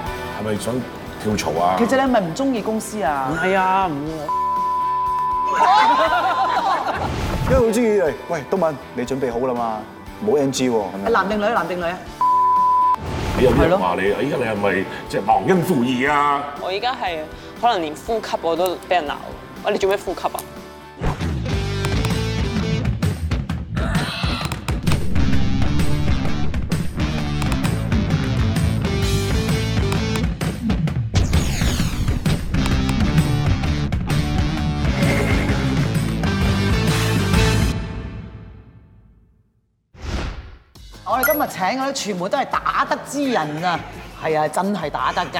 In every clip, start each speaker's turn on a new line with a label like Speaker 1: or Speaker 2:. Speaker 1: 係咪想跳槽啊？
Speaker 2: 其實你係咪唔中意公司啊？
Speaker 3: 係啊，唔
Speaker 4: 因為好中意嚟，喂，東敏，你準備好啦嘛，唔好 NG 喎。
Speaker 2: 男定女？男定女啊？
Speaker 1: 你有啲
Speaker 2: 係咯
Speaker 1: 人話你，哎呀，你係咪即係忘恩負義啊？
Speaker 3: 我而家係可能連呼吸我都俾人鬧，喂，你做咩呼吸啊？
Speaker 2: 我哋今日請嗰啲全部都係打得之人啊！係啊，真係打得㗎！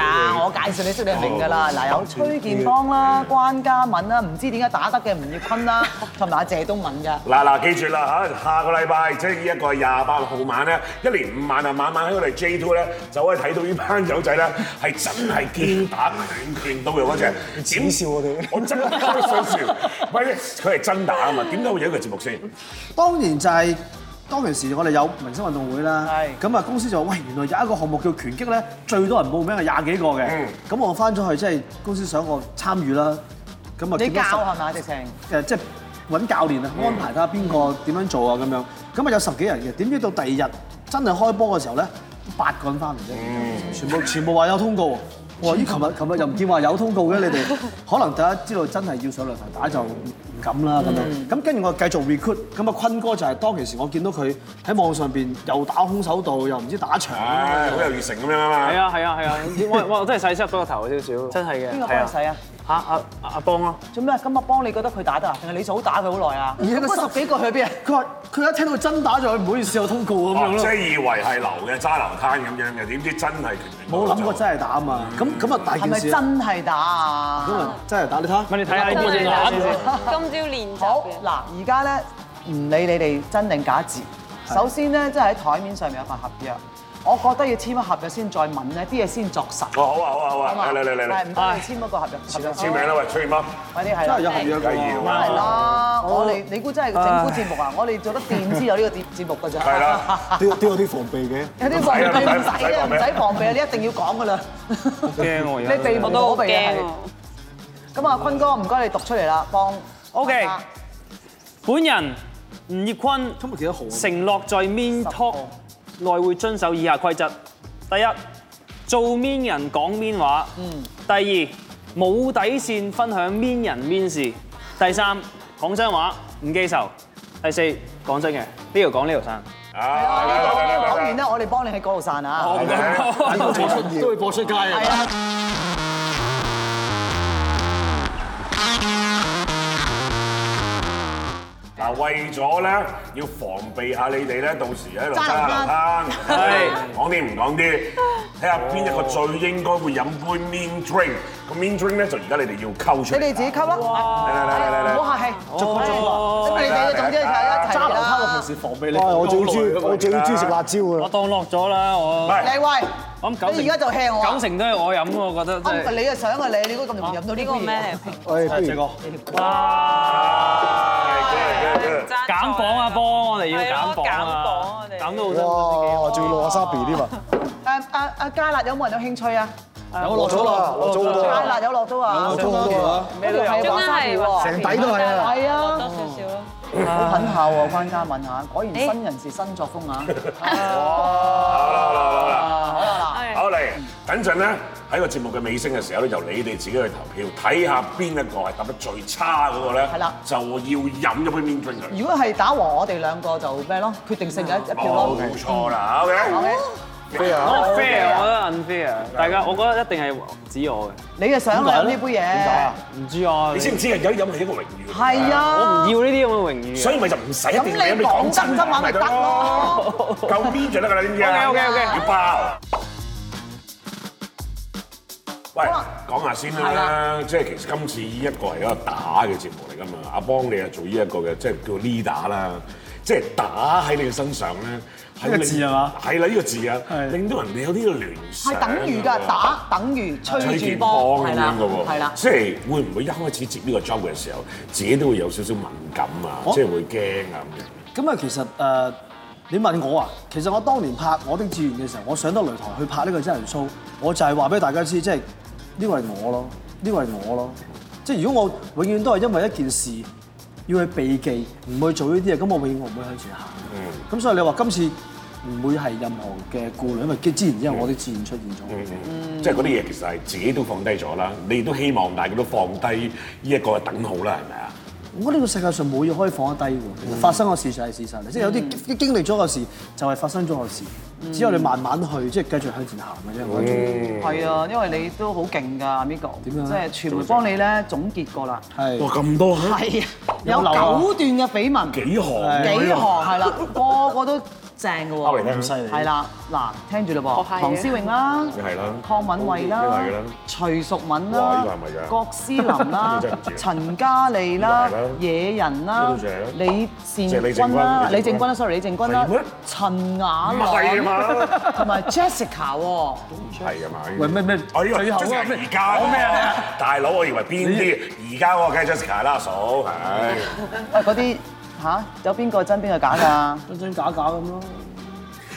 Speaker 2: 我介紹你識你明㗎啦。嗱，有崔建邦啦、關嘉敏啦，唔知點解打得嘅吳業坤啦，同埋阿謝東閔㗎。
Speaker 1: 嗱嗱，記住啦嚇，下個禮拜即係呢一個廿八號晚咧，一連五晚啊，晚晚喺我哋 J Two 咧就可以睇到呢班友仔咧係真係堅打拳拳到肉嗰只。點
Speaker 4: 恥笑我哋
Speaker 1: 我真係想笑，唔係佢係真打啊嘛，點解會有呢個節目先？
Speaker 5: 當然就係當其時我哋有明星運動會啦
Speaker 2: 係，
Speaker 5: 咁啊公司就話喂原來有一個項目叫拳擊咧，最多人報名係廿幾個嘅
Speaker 1: 嗯，
Speaker 5: 咁我翻咗去即係公司想我參與啦，咁
Speaker 2: 你
Speaker 5: 啊見
Speaker 2: 教
Speaker 5: 到十
Speaker 2: 係嘛？直情
Speaker 5: 誒即係揾教練啊，安排睇下邊個點樣做啊咁樣，咁啊有十幾人嘅，點知到第二日真係開波嘅時候咧，八個人翻嚟啫，全部全部話有通告喎。我話咦，琴日琴日又唔見話有通告嘅，你哋可能大家知道真係要上擂台打就唔敢啦咁樣。咁跟住我繼續 recruit，咁啊坤哥就係當其時我見到佢喺網上邊又打空手道，又唔知打牆。
Speaker 1: 唉，好有熱誠咁樣啊
Speaker 3: 係
Speaker 1: 嘛。
Speaker 3: 啊係啊係啊！我我真係洗濕咗個頭少少，真係嘅。
Speaker 2: 邊個幫你洗啊？
Speaker 3: 嚇阿阿阿邦啊咯，
Speaker 2: 做咩？今日幫你覺得佢打得啊？定係你早打佢好耐啊？
Speaker 5: 而家
Speaker 2: 嗰
Speaker 5: 個
Speaker 2: 十幾個去邊啊？
Speaker 5: 佢話佢一聽到真打就話唔好意思有通告咁樣
Speaker 1: 哦
Speaker 5: 咯
Speaker 1: 即。係以為係流嘅揸流灘咁樣嘅，點知真係拳拳到
Speaker 5: 冇
Speaker 1: 肉
Speaker 5: 諗過真係打啊嘛，咁咁啊大
Speaker 2: 係
Speaker 5: 件
Speaker 2: 咪
Speaker 5: 事啦，
Speaker 2: 真係打啊？
Speaker 5: 咁啊真係打，你睇下
Speaker 3: 咪你睇下呢啲嘢先啊先。
Speaker 6: 今朝
Speaker 2: 好
Speaker 6: 練習嘅。
Speaker 2: 嗱，而家咧唔理你哋真定假字，首先咧即係喺台面上面有份合約，我覺得要簽咗合約先再問咧，啲嘢先作實。
Speaker 1: 哦，好啊好啊好
Speaker 2: 好嘛
Speaker 1: 啊，嚟嚟嚟
Speaker 2: 係
Speaker 1: 嚟
Speaker 2: 唔該，你簽嗰個合約，合約
Speaker 1: 嚟，簽名啦喂，崔媽，
Speaker 2: 快啲係
Speaker 5: 真係有
Speaker 2: 啦。
Speaker 5: 合約
Speaker 1: 梗係
Speaker 5: 㗎
Speaker 1: 要
Speaker 5: 喎。
Speaker 2: 梗
Speaker 1: 啦。
Speaker 2: 係啦，我哋你估真係整蠱節目啊？我哋做得掂先有呢個節節目㗎咋。
Speaker 1: 係啦，
Speaker 4: 都要都有啲防備嘅。
Speaker 2: 有啲防備唔
Speaker 1: 唔使
Speaker 2: 使啊，
Speaker 1: 講
Speaker 2: 唔
Speaker 1: 咩
Speaker 2: 使防備啊，你一定要講㗎啦。
Speaker 3: 驚我而
Speaker 2: 你避無
Speaker 3: 家。
Speaker 2: 可避啊
Speaker 6: 驚
Speaker 2: 係
Speaker 6: 啊！
Speaker 2: 咁啊，坤哥唔該你讀出嚟啦，幫
Speaker 3: OK 本人吳業坤
Speaker 5: 今日幾多號啊？
Speaker 3: 承諾在 Mean Talk 內會遵守以下規則：第一，做 Mean 人講 Mean 話；
Speaker 2: 嗯
Speaker 3: 第二，冇底線分享 Mean 人 Mean 事；第三，講真話唔記仇；第四，講真嘅呢條講呢條散。
Speaker 1: 啊
Speaker 2: 呢
Speaker 1: 嚟嚟
Speaker 2: 個
Speaker 1: 嚟嚟
Speaker 2: 講
Speaker 1: 嚟
Speaker 2: 完咧，我哋幫你喺嗰度散啊。
Speaker 3: 我唔
Speaker 5: 呢個播出都會播出街
Speaker 2: 係
Speaker 5: 啊！
Speaker 2: 啊。
Speaker 1: 嗱，為咗咧要防備下你哋咧，到時喺度
Speaker 2: 揸流灘
Speaker 1: 揸流灘，
Speaker 3: 係
Speaker 1: 講啲唔講啲，睇下邊一個最應該會飲杯 mean drink。個 mean drink 咧就而家你哋要溝出嚟。
Speaker 2: 你哋自己溝啦，
Speaker 1: 嚟嚟嚟嚟嚟
Speaker 2: 唔好客氣，逐個逐個。咁你哋總之就一齊
Speaker 5: 揸流
Speaker 2: 啦
Speaker 5: 灘我平。時防備你，
Speaker 4: 哇！我最中意，
Speaker 5: 我
Speaker 4: 我最中意食辣椒啊
Speaker 3: 我
Speaker 4: 㗎。
Speaker 3: 當落咗啦，我
Speaker 1: 嚟，
Speaker 2: 你
Speaker 3: 我諗九
Speaker 2: 喂，
Speaker 3: 成
Speaker 2: 你而家就 hea 我
Speaker 3: 九
Speaker 2: 啊！
Speaker 3: 成都係我飲，我覺得真係。
Speaker 2: 你啊想啊你，你估咁容易飲到呢
Speaker 6: 呢
Speaker 2: 個
Speaker 6: 個咩
Speaker 2: 嘢
Speaker 6: 嚟？？
Speaker 4: 誒，哎不
Speaker 5: 謝
Speaker 4: 如
Speaker 5: 哥，
Speaker 1: 係
Speaker 3: 減磅啊，幫我哋要減磅
Speaker 6: 係咯減磅
Speaker 3: 啊
Speaker 6: 我，哋
Speaker 3: 減到好辛苦。
Speaker 4: 哇！仲要落下沙皮添啊！
Speaker 2: 誒誒誒，加辣有冇人有興趣啊？
Speaker 5: 我落咗啦，落咗好多
Speaker 2: 加
Speaker 5: 啦，
Speaker 2: 辣有落到啊
Speaker 5: 落！咗好多啦，
Speaker 2: 咩都有，
Speaker 6: 中間係
Speaker 2: 喎，
Speaker 4: 成底都係啊
Speaker 2: 係啊，
Speaker 6: 多少少咯。
Speaker 2: 好狠下喎，關嘉敏嚇，果然新人是新作 風啊！好
Speaker 6: 啊
Speaker 2: 啦
Speaker 1: 好嚟，等陣咧喺個節目嘅尾聲嘅時候咧，由你哋自己去投票，睇下邊一個係答得最差嗰個咧
Speaker 2: 係啦，
Speaker 1: 就要飲一杯 mean drink 佢
Speaker 2: 嗱，。如果係打和，我哋兩個就咩咯？決定性嘅一一票咯。
Speaker 1: 哦冇錯啦，OK。
Speaker 2: OK，
Speaker 3: 我 fair，我啊覺得 unfair。大家，我覺得一定係指我
Speaker 2: 你嘅想啊飲呢杯嘢，
Speaker 3: 嘅，唔知啊
Speaker 1: 你。知唔知啊？有飲係一個榮譽。
Speaker 2: 係。
Speaker 3: 我
Speaker 2: 啊
Speaker 3: 唔。要呢啲咁嘅榮譽。啊
Speaker 1: 所以咪就唔使一
Speaker 2: 咁
Speaker 1: 定要
Speaker 2: 你
Speaker 1: 你
Speaker 2: 講
Speaker 1: 講
Speaker 2: 真
Speaker 1: 真啊
Speaker 2: 心話咪得咯。
Speaker 1: 夠邊就得㗎啦，知唔知啊
Speaker 3: OK，OK，OK
Speaker 1: 要爆。喂
Speaker 2: 好啊，
Speaker 1: 講下先
Speaker 2: 係
Speaker 1: 啦，即係其實今次呢一個係一個打嘅節目嚟㗎嘛，阿邦你係做呢一個嘅，即係叫 leader 啦，即係打喺你嘅身上咧，係
Speaker 5: 呢個
Speaker 1: 令
Speaker 5: 字係嘛？
Speaker 1: 係啦，呢個字啊，
Speaker 5: 係
Speaker 1: 令到人哋有呢個聯想
Speaker 2: 係
Speaker 1: 啊。
Speaker 2: 等於㗎，打等於
Speaker 1: 崔
Speaker 2: 吹
Speaker 1: 健
Speaker 2: 住
Speaker 1: 邦
Speaker 2: 波，
Speaker 1: 咁樣㗎喎，
Speaker 2: 係啦。
Speaker 1: 即係會唔會一開始接呢個 job 嘅時候，自己都會有少少敏感啊，即係會驚啊咁樣。
Speaker 5: 咁啊，其實誒你問我啊，其實我當年拍《我的志願》嘅時候，我上得擂台去拍呢個真人 show，我就係話俾大家知，即係呢個係我咯，呢個係我咯。即係如果我永遠都係因為一件事要去避忌，唔去做呢啲嘢，咁我永遠我唔會向前行。咁、所以你話今次唔會係任何嘅顧慮，因為之前之後我啲志願出現咗。
Speaker 2: 嗯
Speaker 1: 即係嗰啲嘢其實係自己都放低咗啦，你亦都希望大家都放低呢一個等號啦，係咪啊？
Speaker 5: 我覺得呢個世界上冇嘢可以放得低嘅，
Speaker 2: 嗯
Speaker 5: 發生嘅事就係事實嚟，即係有啲經歷咗個事就係發生咗個事，只有你慢慢去，即係繼續向前行嘅啫。
Speaker 2: 嗯
Speaker 5: 我覺得
Speaker 2: 係啊，因為你都好勁㗎，Migo，即
Speaker 5: 點
Speaker 1: 啊
Speaker 5: 樣
Speaker 2: 係傳媒幫你咧總結過啦。
Speaker 5: 係。
Speaker 1: 咁多
Speaker 2: 係啊，有
Speaker 5: 有流啊
Speaker 2: 九段嘅緋聞，
Speaker 1: 幾行
Speaker 2: 幾行係啦，個個都正嘅
Speaker 1: 拋嚟
Speaker 2: 喎。
Speaker 1: 聽，犀利
Speaker 2: 係啦，嗱，聽住嘞
Speaker 6: 哦
Speaker 2: 噃，
Speaker 6: 係啊
Speaker 2: 黃思穎啦，
Speaker 1: 係啦
Speaker 2: 邝敏慧
Speaker 1: 呢個
Speaker 2: 啦
Speaker 1: 係㗎啦，
Speaker 2: 徐淑敏
Speaker 1: 哇
Speaker 2: 啦
Speaker 1: 呢個係咪㗎，
Speaker 2: 郭思琳啦
Speaker 1: 呢個 真係唔知，啊
Speaker 2: 陳嘉莉啦
Speaker 1: 呢個係啦，
Speaker 2: 野人啦
Speaker 1: 呢個就係啦，
Speaker 2: 李善
Speaker 1: 即係李正
Speaker 2: 君
Speaker 1: 君
Speaker 2: 啦，李
Speaker 1: 李
Speaker 2: 正
Speaker 1: 正君
Speaker 2: 君啦，sorry，李正君啦
Speaker 1: 係咩，
Speaker 2: 陳雅
Speaker 1: 唔係啊
Speaker 2: 樂
Speaker 1: 嘛
Speaker 2: 同埋 Jessica 喎，
Speaker 1: 係啊嘛？
Speaker 5: 喂咩咩
Speaker 1: 我呢個
Speaker 5: 最後啊
Speaker 1: 即係
Speaker 5: 咩
Speaker 1: 而家咩啊？大佬，我以為邊啲？而家我梗係 Jessica 啦，阿嫂係。
Speaker 2: 喂嗰啲吓，有邊個真邊個假㗎？
Speaker 5: 真真假假咁咯，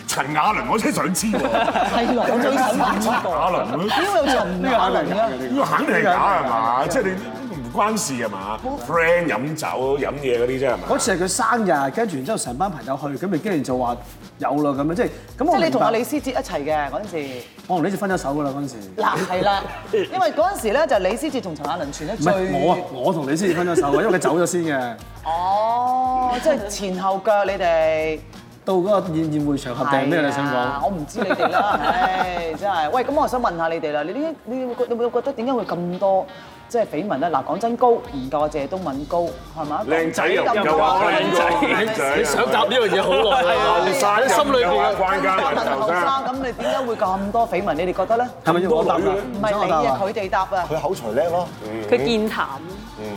Speaker 1: 陳雅倫，我真係想知喎。
Speaker 2: 係啦，我最想問
Speaker 1: 陳雅倫
Speaker 2: 點會有陳雅倫嘅？
Speaker 1: 呢個肯定係假係嘛？即係你唔關事係嘛？friend 飲酒飲嘢嗰啲啫係嘛？
Speaker 5: 嗰次係佢生日，跟住然之後成班朋友去，咁咪跟住就話有啦咁樣，即係咁
Speaker 2: 即
Speaker 5: 我
Speaker 2: 係你同阿李
Speaker 5: 明白
Speaker 2: 思哲一齊嘅嗰陣時，
Speaker 5: 我同李志分咗手㗎啦嗰陣時，
Speaker 2: 嗱係啦，因為嗰陣時咧就李思哲同陳亞倫傳得
Speaker 5: 唔
Speaker 2: 最
Speaker 5: 係我啊，我同李志分咗手啊，因為佢走咗先嘅。
Speaker 2: 哦，即係前後腳你哋
Speaker 5: 到嗰個宴宴會場合定係咩？你想
Speaker 2: 係啊
Speaker 5: 講？
Speaker 2: 我唔知你 哋啦，唉，真係。喂，咁我想問下你哋啦，你點解你會覺你會覺得點解會咁多即係緋聞咧？嗱，講真高唔夠阿謝東敏高係咪？
Speaker 1: 靚仔又
Speaker 2: 咁
Speaker 1: 又話
Speaker 2: 高
Speaker 1: 我靚仔，靚仔
Speaker 5: 樣嘢好耐
Speaker 2: 啊
Speaker 1: 後生，
Speaker 5: 心裏邊
Speaker 1: 又話
Speaker 5: 嘅
Speaker 1: 關家文
Speaker 2: 後
Speaker 1: 後
Speaker 2: 生
Speaker 1: 生。
Speaker 2: 咁，你點解會咁多緋聞？你哋覺得咧？
Speaker 5: 係咪要我答啊？
Speaker 2: 唔
Speaker 5: 想
Speaker 2: 係
Speaker 5: 我
Speaker 2: 你
Speaker 5: 答
Speaker 2: 啊
Speaker 5: 啊，
Speaker 2: 佢哋答啊。
Speaker 4: 佢口才叻咯，
Speaker 6: 佢健談，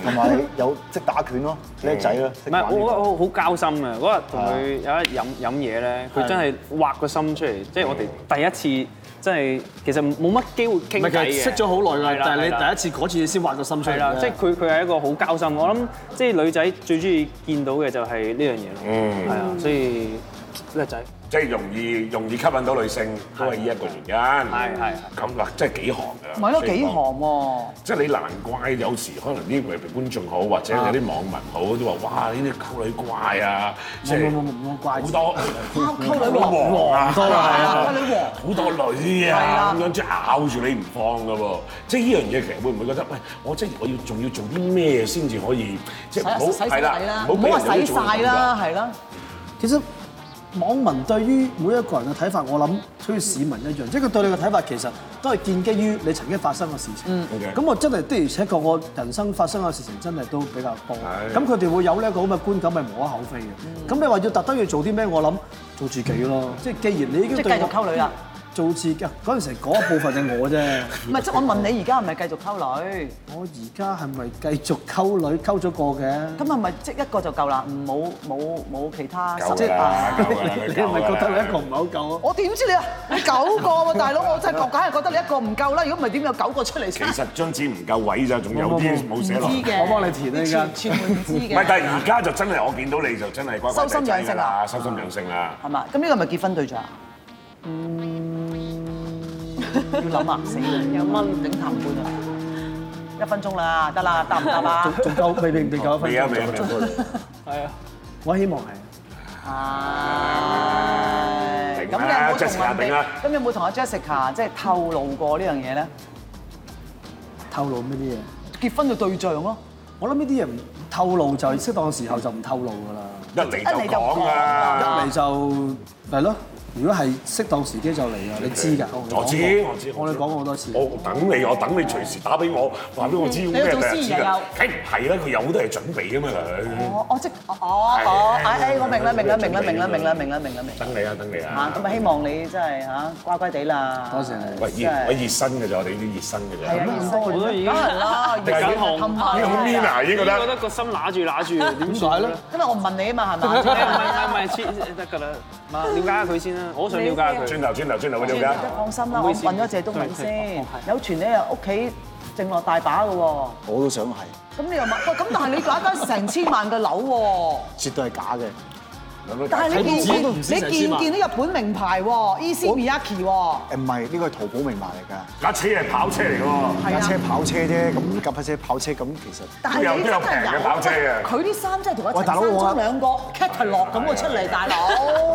Speaker 4: 同埋有識打拳咯，叻仔啦，識
Speaker 3: 唔係，
Speaker 4: 玩
Speaker 3: 我覺得
Speaker 4: 呢
Speaker 3: 好好交心啊！嗰日同佢有一飲飲嘢咧，佢真係畫個心出嚟，即係我哋第一次，真係其實冇乜機會傾
Speaker 5: 唔係
Speaker 3: 偈
Speaker 5: 其
Speaker 3: 嘅。
Speaker 5: 實識咗嗯好耐
Speaker 3: 係
Speaker 5: 㗎
Speaker 3: 啦，
Speaker 5: 但係
Speaker 3: 係啦
Speaker 5: 你第一次嗰次你先挖個心出嚟
Speaker 3: 係啦，
Speaker 5: 啫。
Speaker 3: 即係佢佢係一個好交心，我諗即係女仔最中意見到嘅就係呢樣嘢咯。
Speaker 1: 嗯
Speaker 3: 係啊，所以叻仔。
Speaker 1: 即係容易容易吸引到女性，都係呢一個原因。係
Speaker 3: 係
Speaker 1: 咁嗱，即係幾行㗎。
Speaker 2: 唔係咯，幾行喎？
Speaker 1: 即係你難怪有時可能呢個觀眾好，或者有啲網民好都話：哇，呢啲溝女怪啊！即
Speaker 5: 冇
Speaker 1: 係
Speaker 5: 冇冇冇冇怪
Speaker 1: 好多
Speaker 2: 溝女王
Speaker 1: 王啊，
Speaker 5: 多啦係啊
Speaker 2: 溝女王
Speaker 1: 好多女啊咁樣，即係咬住你唔放㗎喎。即係呢樣嘢其實會唔會覺得喂，我即係我要仲要做啲咩先至可以即係唔好
Speaker 2: 洗洗洗啦，唔好
Speaker 1: 俾人
Speaker 2: 話洗
Speaker 1: 有種
Speaker 2: 晒啦，係啦。
Speaker 5: 其實網民對於每一個人嘅睇法，我諗好似市民一樣，即係佢對你嘅睇法其實都係建基於你曾經發生嘅事情。咁、
Speaker 1: OK
Speaker 5: 我真係的而且確，我人生發生嘅事情真係都比較多。
Speaker 1: 係
Speaker 5: 咁佢哋會有呢一個咁嘅觀感，係無可厚非嘅。咁、你話要特登要做啲咩？我諗做自己咯。即係既然你已經
Speaker 2: 即係
Speaker 5: 對
Speaker 2: 繼續
Speaker 5: 我
Speaker 2: 溝女啦，
Speaker 5: 做自己嗰陣時嗰一部分係我啫。
Speaker 2: 唔係，即係我問你而家係咪繼續溝女？
Speaker 5: 我而家係咪繼續溝女？溝咗個嘅。
Speaker 2: 咁係咪即一個就夠啦？唔冇冇冇其他
Speaker 1: 夠
Speaker 2: 十
Speaker 1: 㗎啦，
Speaker 2: 啊
Speaker 1: 夠㗎啦，
Speaker 5: 你係
Speaker 1: 夠
Speaker 5: 咪
Speaker 1: 㗎啦
Speaker 5: 覺得你一個唔係好夠啊？
Speaker 2: 我點知你啊？你九個喎，大佬，我真係覺梗係覺得你一個唔夠啦。如果唔係點有九個出嚟
Speaker 1: 其
Speaker 2: 先？
Speaker 1: 實張紙唔夠位咋，仲有啲冇寫落。
Speaker 2: 知
Speaker 1: 唔
Speaker 2: 嘅，
Speaker 5: 我幫你填啦而家
Speaker 2: 全全唔知
Speaker 1: 係，
Speaker 2: 嘅，
Speaker 1: 但係而家就真係我見到你就真係乖乖
Speaker 2: 收心養性啦
Speaker 1: 啦，收心養性啦。
Speaker 2: 係嘛？咁呢個係咪結婚對象啊？嗯，要諗啊，死啦！有蚊頂談判啊！一分鐘啦，得啦，得唔得 啊？
Speaker 5: 仲夠未未未夠一分
Speaker 1: 未啊未啊
Speaker 5: 鐘
Speaker 1: 未啊！
Speaker 5: 我希望係。
Speaker 1: 定啦
Speaker 2: 係。咁你有冇同
Speaker 1: ，Jessica
Speaker 2: 人
Speaker 1: 定啦
Speaker 2: 哋？咁有冇同阿 Jessica 即係透露過呢樣嘢咧？
Speaker 5: 透露咩啲嘢？
Speaker 2: 結婚嘅對象咯，
Speaker 5: 我諗呢啲嘢唔透露就係適當時候就唔透露㗎啦。
Speaker 1: 一嚟就講
Speaker 5: 一
Speaker 1: 啊！
Speaker 2: 啊
Speaker 5: 嚟就係咯，如果係適當時機就嚟啊，你知㗎。
Speaker 1: 我知我知
Speaker 5: 我哋講過好多次。
Speaker 1: 我等你，我等你隨時打俾我，話俾我知咩
Speaker 2: 嗯你有做司儀
Speaker 1: 知
Speaker 2: 又有
Speaker 1: 梗唔係啦，佢有好多嘢準備啊嘛佢。
Speaker 2: 哦哦即哦哦，哎哎，我明啦明啦明啦明啦明啦明啦明啦明啦
Speaker 1: 等你啊，等你啊
Speaker 2: 嚇！。咁啊希望你真係嚇乖乖地啦，
Speaker 5: 多謝你
Speaker 1: 喂
Speaker 2: 真
Speaker 1: 熱
Speaker 2: 係
Speaker 1: 喂熱身嘅咋，我哋呢啲熱身嘅
Speaker 2: 係啊，
Speaker 1: 咋。
Speaker 2: 熱身
Speaker 3: 我都已經
Speaker 2: 梗係啦，
Speaker 3: 滴緊汗
Speaker 2: 氹下
Speaker 1: 呢個
Speaker 2: 你
Speaker 1: Mina 啊已經覺
Speaker 3: 覺
Speaker 1: 得
Speaker 3: 得個心揦住揦住，點 算咧？
Speaker 2: 因為我唔問你啊嘛，係
Speaker 3: 唔係唔
Speaker 2: 嘛？
Speaker 3: 係唔係切，得㗎啦，嘛了解下佢先啦，我好想了解下佢。
Speaker 1: 轉頭轉頭轉頭， 啊去了解。
Speaker 2: 放心啦，我問咗謝東敏先，
Speaker 5: 哦
Speaker 2: 有傳你啊屋企剩落大把嘅喎。
Speaker 4: 個我都想係，
Speaker 2: 咁你又問喂？咁但係你嗰一間成千萬嘅樓喎，
Speaker 4: 絕對係假嘅。
Speaker 2: 但係你
Speaker 5: 睇報紙
Speaker 2: 見
Speaker 5: 都唔
Speaker 2: 你
Speaker 5: 止成千
Speaker 2: 見
Speaker 5: 萬
Speaker 2: 見啲日本名牌喎，E C Miyaki 喎，
Speaker 4: 誒唔係，呢個係淘寶名牌嚟㗎。
Speaker 1: 架車係跑車嚟嘅喎。
Speaker 2: 係
Speaker 4: 架
Speaker 2: 啊
Speaker 4: 車。跑車啫，咁架車跑車咁其實
Speaker 2: 但係你
Speaker 1: 都
Speaker 2: 真
Speaker 1: 有平
Speaker 2: 係
Speaker 1: 嘅跑車啊嘅
Speaker 2: 佢啲衫真係同我
Speaker 4: 喂
Speaker 2: 陳
Speaker 4: 大佬
Speaker 2: 生
Speaker 4: 我
Speaker 2: 中兩個 catalog 咁嘅出嚟，大 佬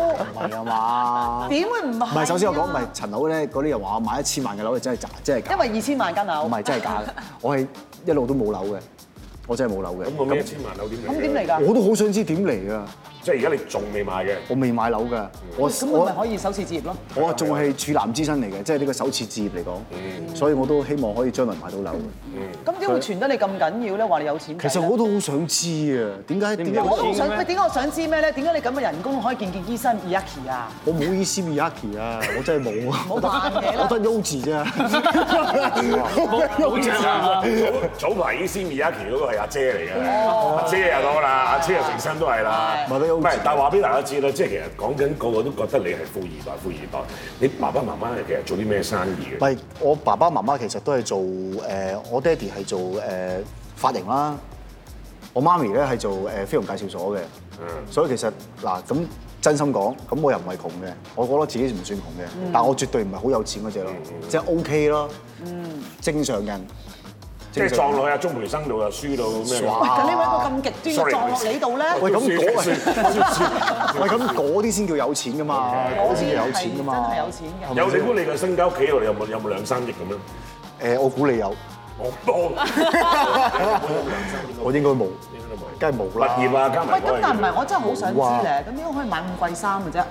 Speaker 4: 唔係啊 嘛。
Speaker 2: 點會唔係啊？
Speaker 4: 唔係，首先我講唔係陳老咧，嗰啲人話我買一千萬嘅樓係真係假，真係假。
Speaker 2: 因為二千萬間樓，
Speaker 4: 唔係真係假 嘅，我係一路都冇樓嘅，我真係冇樓嘅。
Speaker 1: 咁個咩一千萬樓點嚟嘅？
Speaker 2: 咁點嚟㗎？
Speaker 4: 我都好想知點嚟㗎，
Speaker 1: 即係而家你仲未買嘅，
Speaker 4: 我未買樓㗎，我
Speaker 2: 嗯咁佢咪
Speaker 4: 我
Speaker 2: 可以首次置業咯？
Speaker 4: 我仲係處男之身嚟嘅，即係呢個首次置業嚟
Speaker 2: 嗯
Speaker 4: 講，所以我都希望可以將來買到樓。
Speaker 2: 咁點會傳得你咁緊要咧？話你有錢仔
Speaker 4: 其
Speaker 2: 呢。
Speaker 4: 實我都好想知啊，點解點解
Speaker 2: 我都好
Speaker 4: 我
Speaker 2: 想，喂點解我想知咩咧？點解你咁嘅人工可以見見醫生 Yaki 啊？
Speaker 4: 我冇意思 Miyaki 啊，我真係冇啊，
Speaker 2: 冇扮嘢啦
Speaker 4: 我得 y o 字 啫。
Speaker 1: 早排依 Simi Yaki 嗰個係阿姐嚟嘅，
Speaker 2: 哦
Speaker 1: 阿姐又多啦，阿姐又成身都係啦。
Speaker 4: 咪都有
Speaker 1: 唔係，但係話俾大家知啦，即係其實講緊個個都覺得你係富二代，富二代。你爸爸媽媽係其實做啲咩生意
Speaker 4: 唔
Speaker 1: 嘅？
Speaker 4: 係，我爸爸媽媽其實都係做誒、呃我爹哋係做誒、呃、髮型啦，我媽咪咧係做誒、呃、菲傭介紹所嘅，所以其實嗱咁真心講，咁我又唔係窮嘅，我覺得自己唔算窮嘅，但我絕對唔係好有錢嗰只咯，即係 OK 咯，正常人，
Speaker 1: 即係撞落去阿鍾培生度又輸到咩？
Speaker 2: 喂，
Speaker 4: 哇
Speaker 2: 咁呢位個咁極端
Speaker 1: Sorry，
Speaker 2: 嘅撞落你度咧，
Speaker 4: 喂咁嗰
Speaker 1: 輸輸
Speaker 4: 喂咁嗰啲先叫有錢噶嘛，嗰啲先叫有錢噶嘛，
Speaker 2: 真係有錢嘅
Speaker 4: 係咪
Speaker 1: 有
Speaker 4: 先
Speaker 1: 你估你個身家屋企度有冇有冇兩三億咁樣？
Speaker 4: 誒，我估你有，
Speaker 1: 我冇，
Speaker 4: 我應該冇，梗係
Speaker 1: 物
Speaker 4: 冇啦。
Speaker 1: 業啊，加埋
Speaker 2: 喂，
Speaker 1: 嗰個
Speaker 2: 咁但唔係，我真係好想知
Speaker 4: 哇
Speaker 2: 咧，咁點解可以買咁貴衫嘅啫？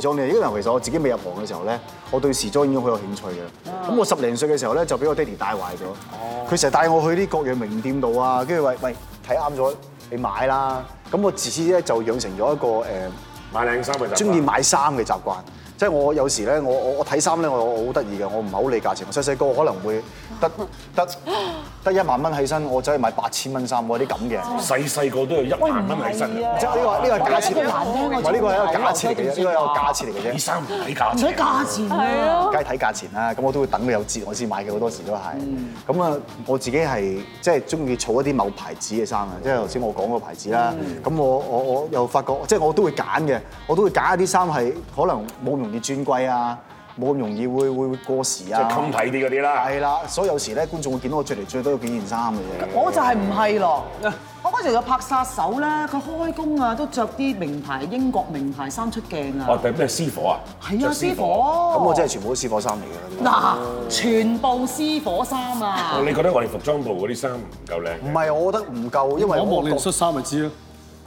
Speaker 4: 撞嚟呢個其實我自己未入行嘅時候咧，我對時裝已經好有興趣嘅。咁我十零歲嘅時候咧，就俾我爹哋帶壞咗。佢成日帶我去啲各樣名店度啊，跟住話喂睇啱咗，你買啦。咁我自此咧就養成咗一個誒
Speaker 1: 買靚衫嘅習慣
Speaker 4: 中意買衫嘅習慣。即係我有時咧，我我我睇衫咧，我我好得意嘅，我唔係好理價錢。我細細個可能會得得得一萬蚊起身，我走去買八千蚊衫，我有啲咁嘅。
Speaker 1: 細細個都有一萬蚊喺身
Speaker 2: 喂唔係啊
Speaker 4: 即係呢個呢個係假設嚟
Speaker 2: 我覺得佢難聽
Speaker 4: 嘅，
Speaker 2: 過
Speaker 4: 唔係呢個係一個
Speaker 2: 中
Speaker 4: 假
Speaker 2: 環
Speaker 4: 設嚟嘅，
Speaker 2: 嗰段
Speaker 4: 呢個
Speaker 2: 時間
Speaker 4: 係一個假設嚟嘅啫
Speaker 1: 睇。衫唔睇價
Speaker 2: 唔
Speaker 1: 錢
Speaker 2: 使
Speaker 1: 㗎。
Speaker 2: 價錢啊！
Speaker 4: 梗係睇價錢啦，咁我都會等佢有折我先買嘅，好多時都係。
Speaker 1: 嗯
Speaker 4: 咁啊、我自己係即係中意儲一啲某牌子嘅衫啊，即係頭先我講嗰個牌子啦。
Speaker 1: 嗯
Speaker 4: 咁、我我我又發覺，即係我都會揀嘅，我都會揀一啲衫係可能冇咁容易轉季啊，冇咁容易會會會過時
Speaker 1: 即係
Speaker 4: 啊
Speaker 1: 襟。睇啲嗰啲啦。
Speaker 4: 係啦，所以有時咧，觀眾會見到我着嚟最多有幾件衫嘅啫。
Speaker 2: 我就係唔係咯。我嗰時有拍殺手咧，佢開工啊都着啲名牌英國名牌衫出鏡
Speaker 1: 哦
Speaker 2: 啊，，
Speaker 1: 定咩私火啊？
Speaker 2: 係
Speaker 1: 着
Speaker 2: 啊，
Speaker 1: 私
Speaker 2: 師
Speaker 1: 火。
Speaker 2: 火。
Speaker 4: 咁我真係全部都私貨衫嚟嘅嗰啲。
Speaker 2: 嗱，全部私火衫 啊！
Speaker 1: 你覺得我哋服裝部嗰啲衫唔夠靚？
Speaker 4: 唔係，我覺得唔夠，因為
Speaker 5: 我
Speaker 4: 我
Speaker 5: 望你
Speaker 4: 覺
Speaker 5: 件恤衫咪知咯。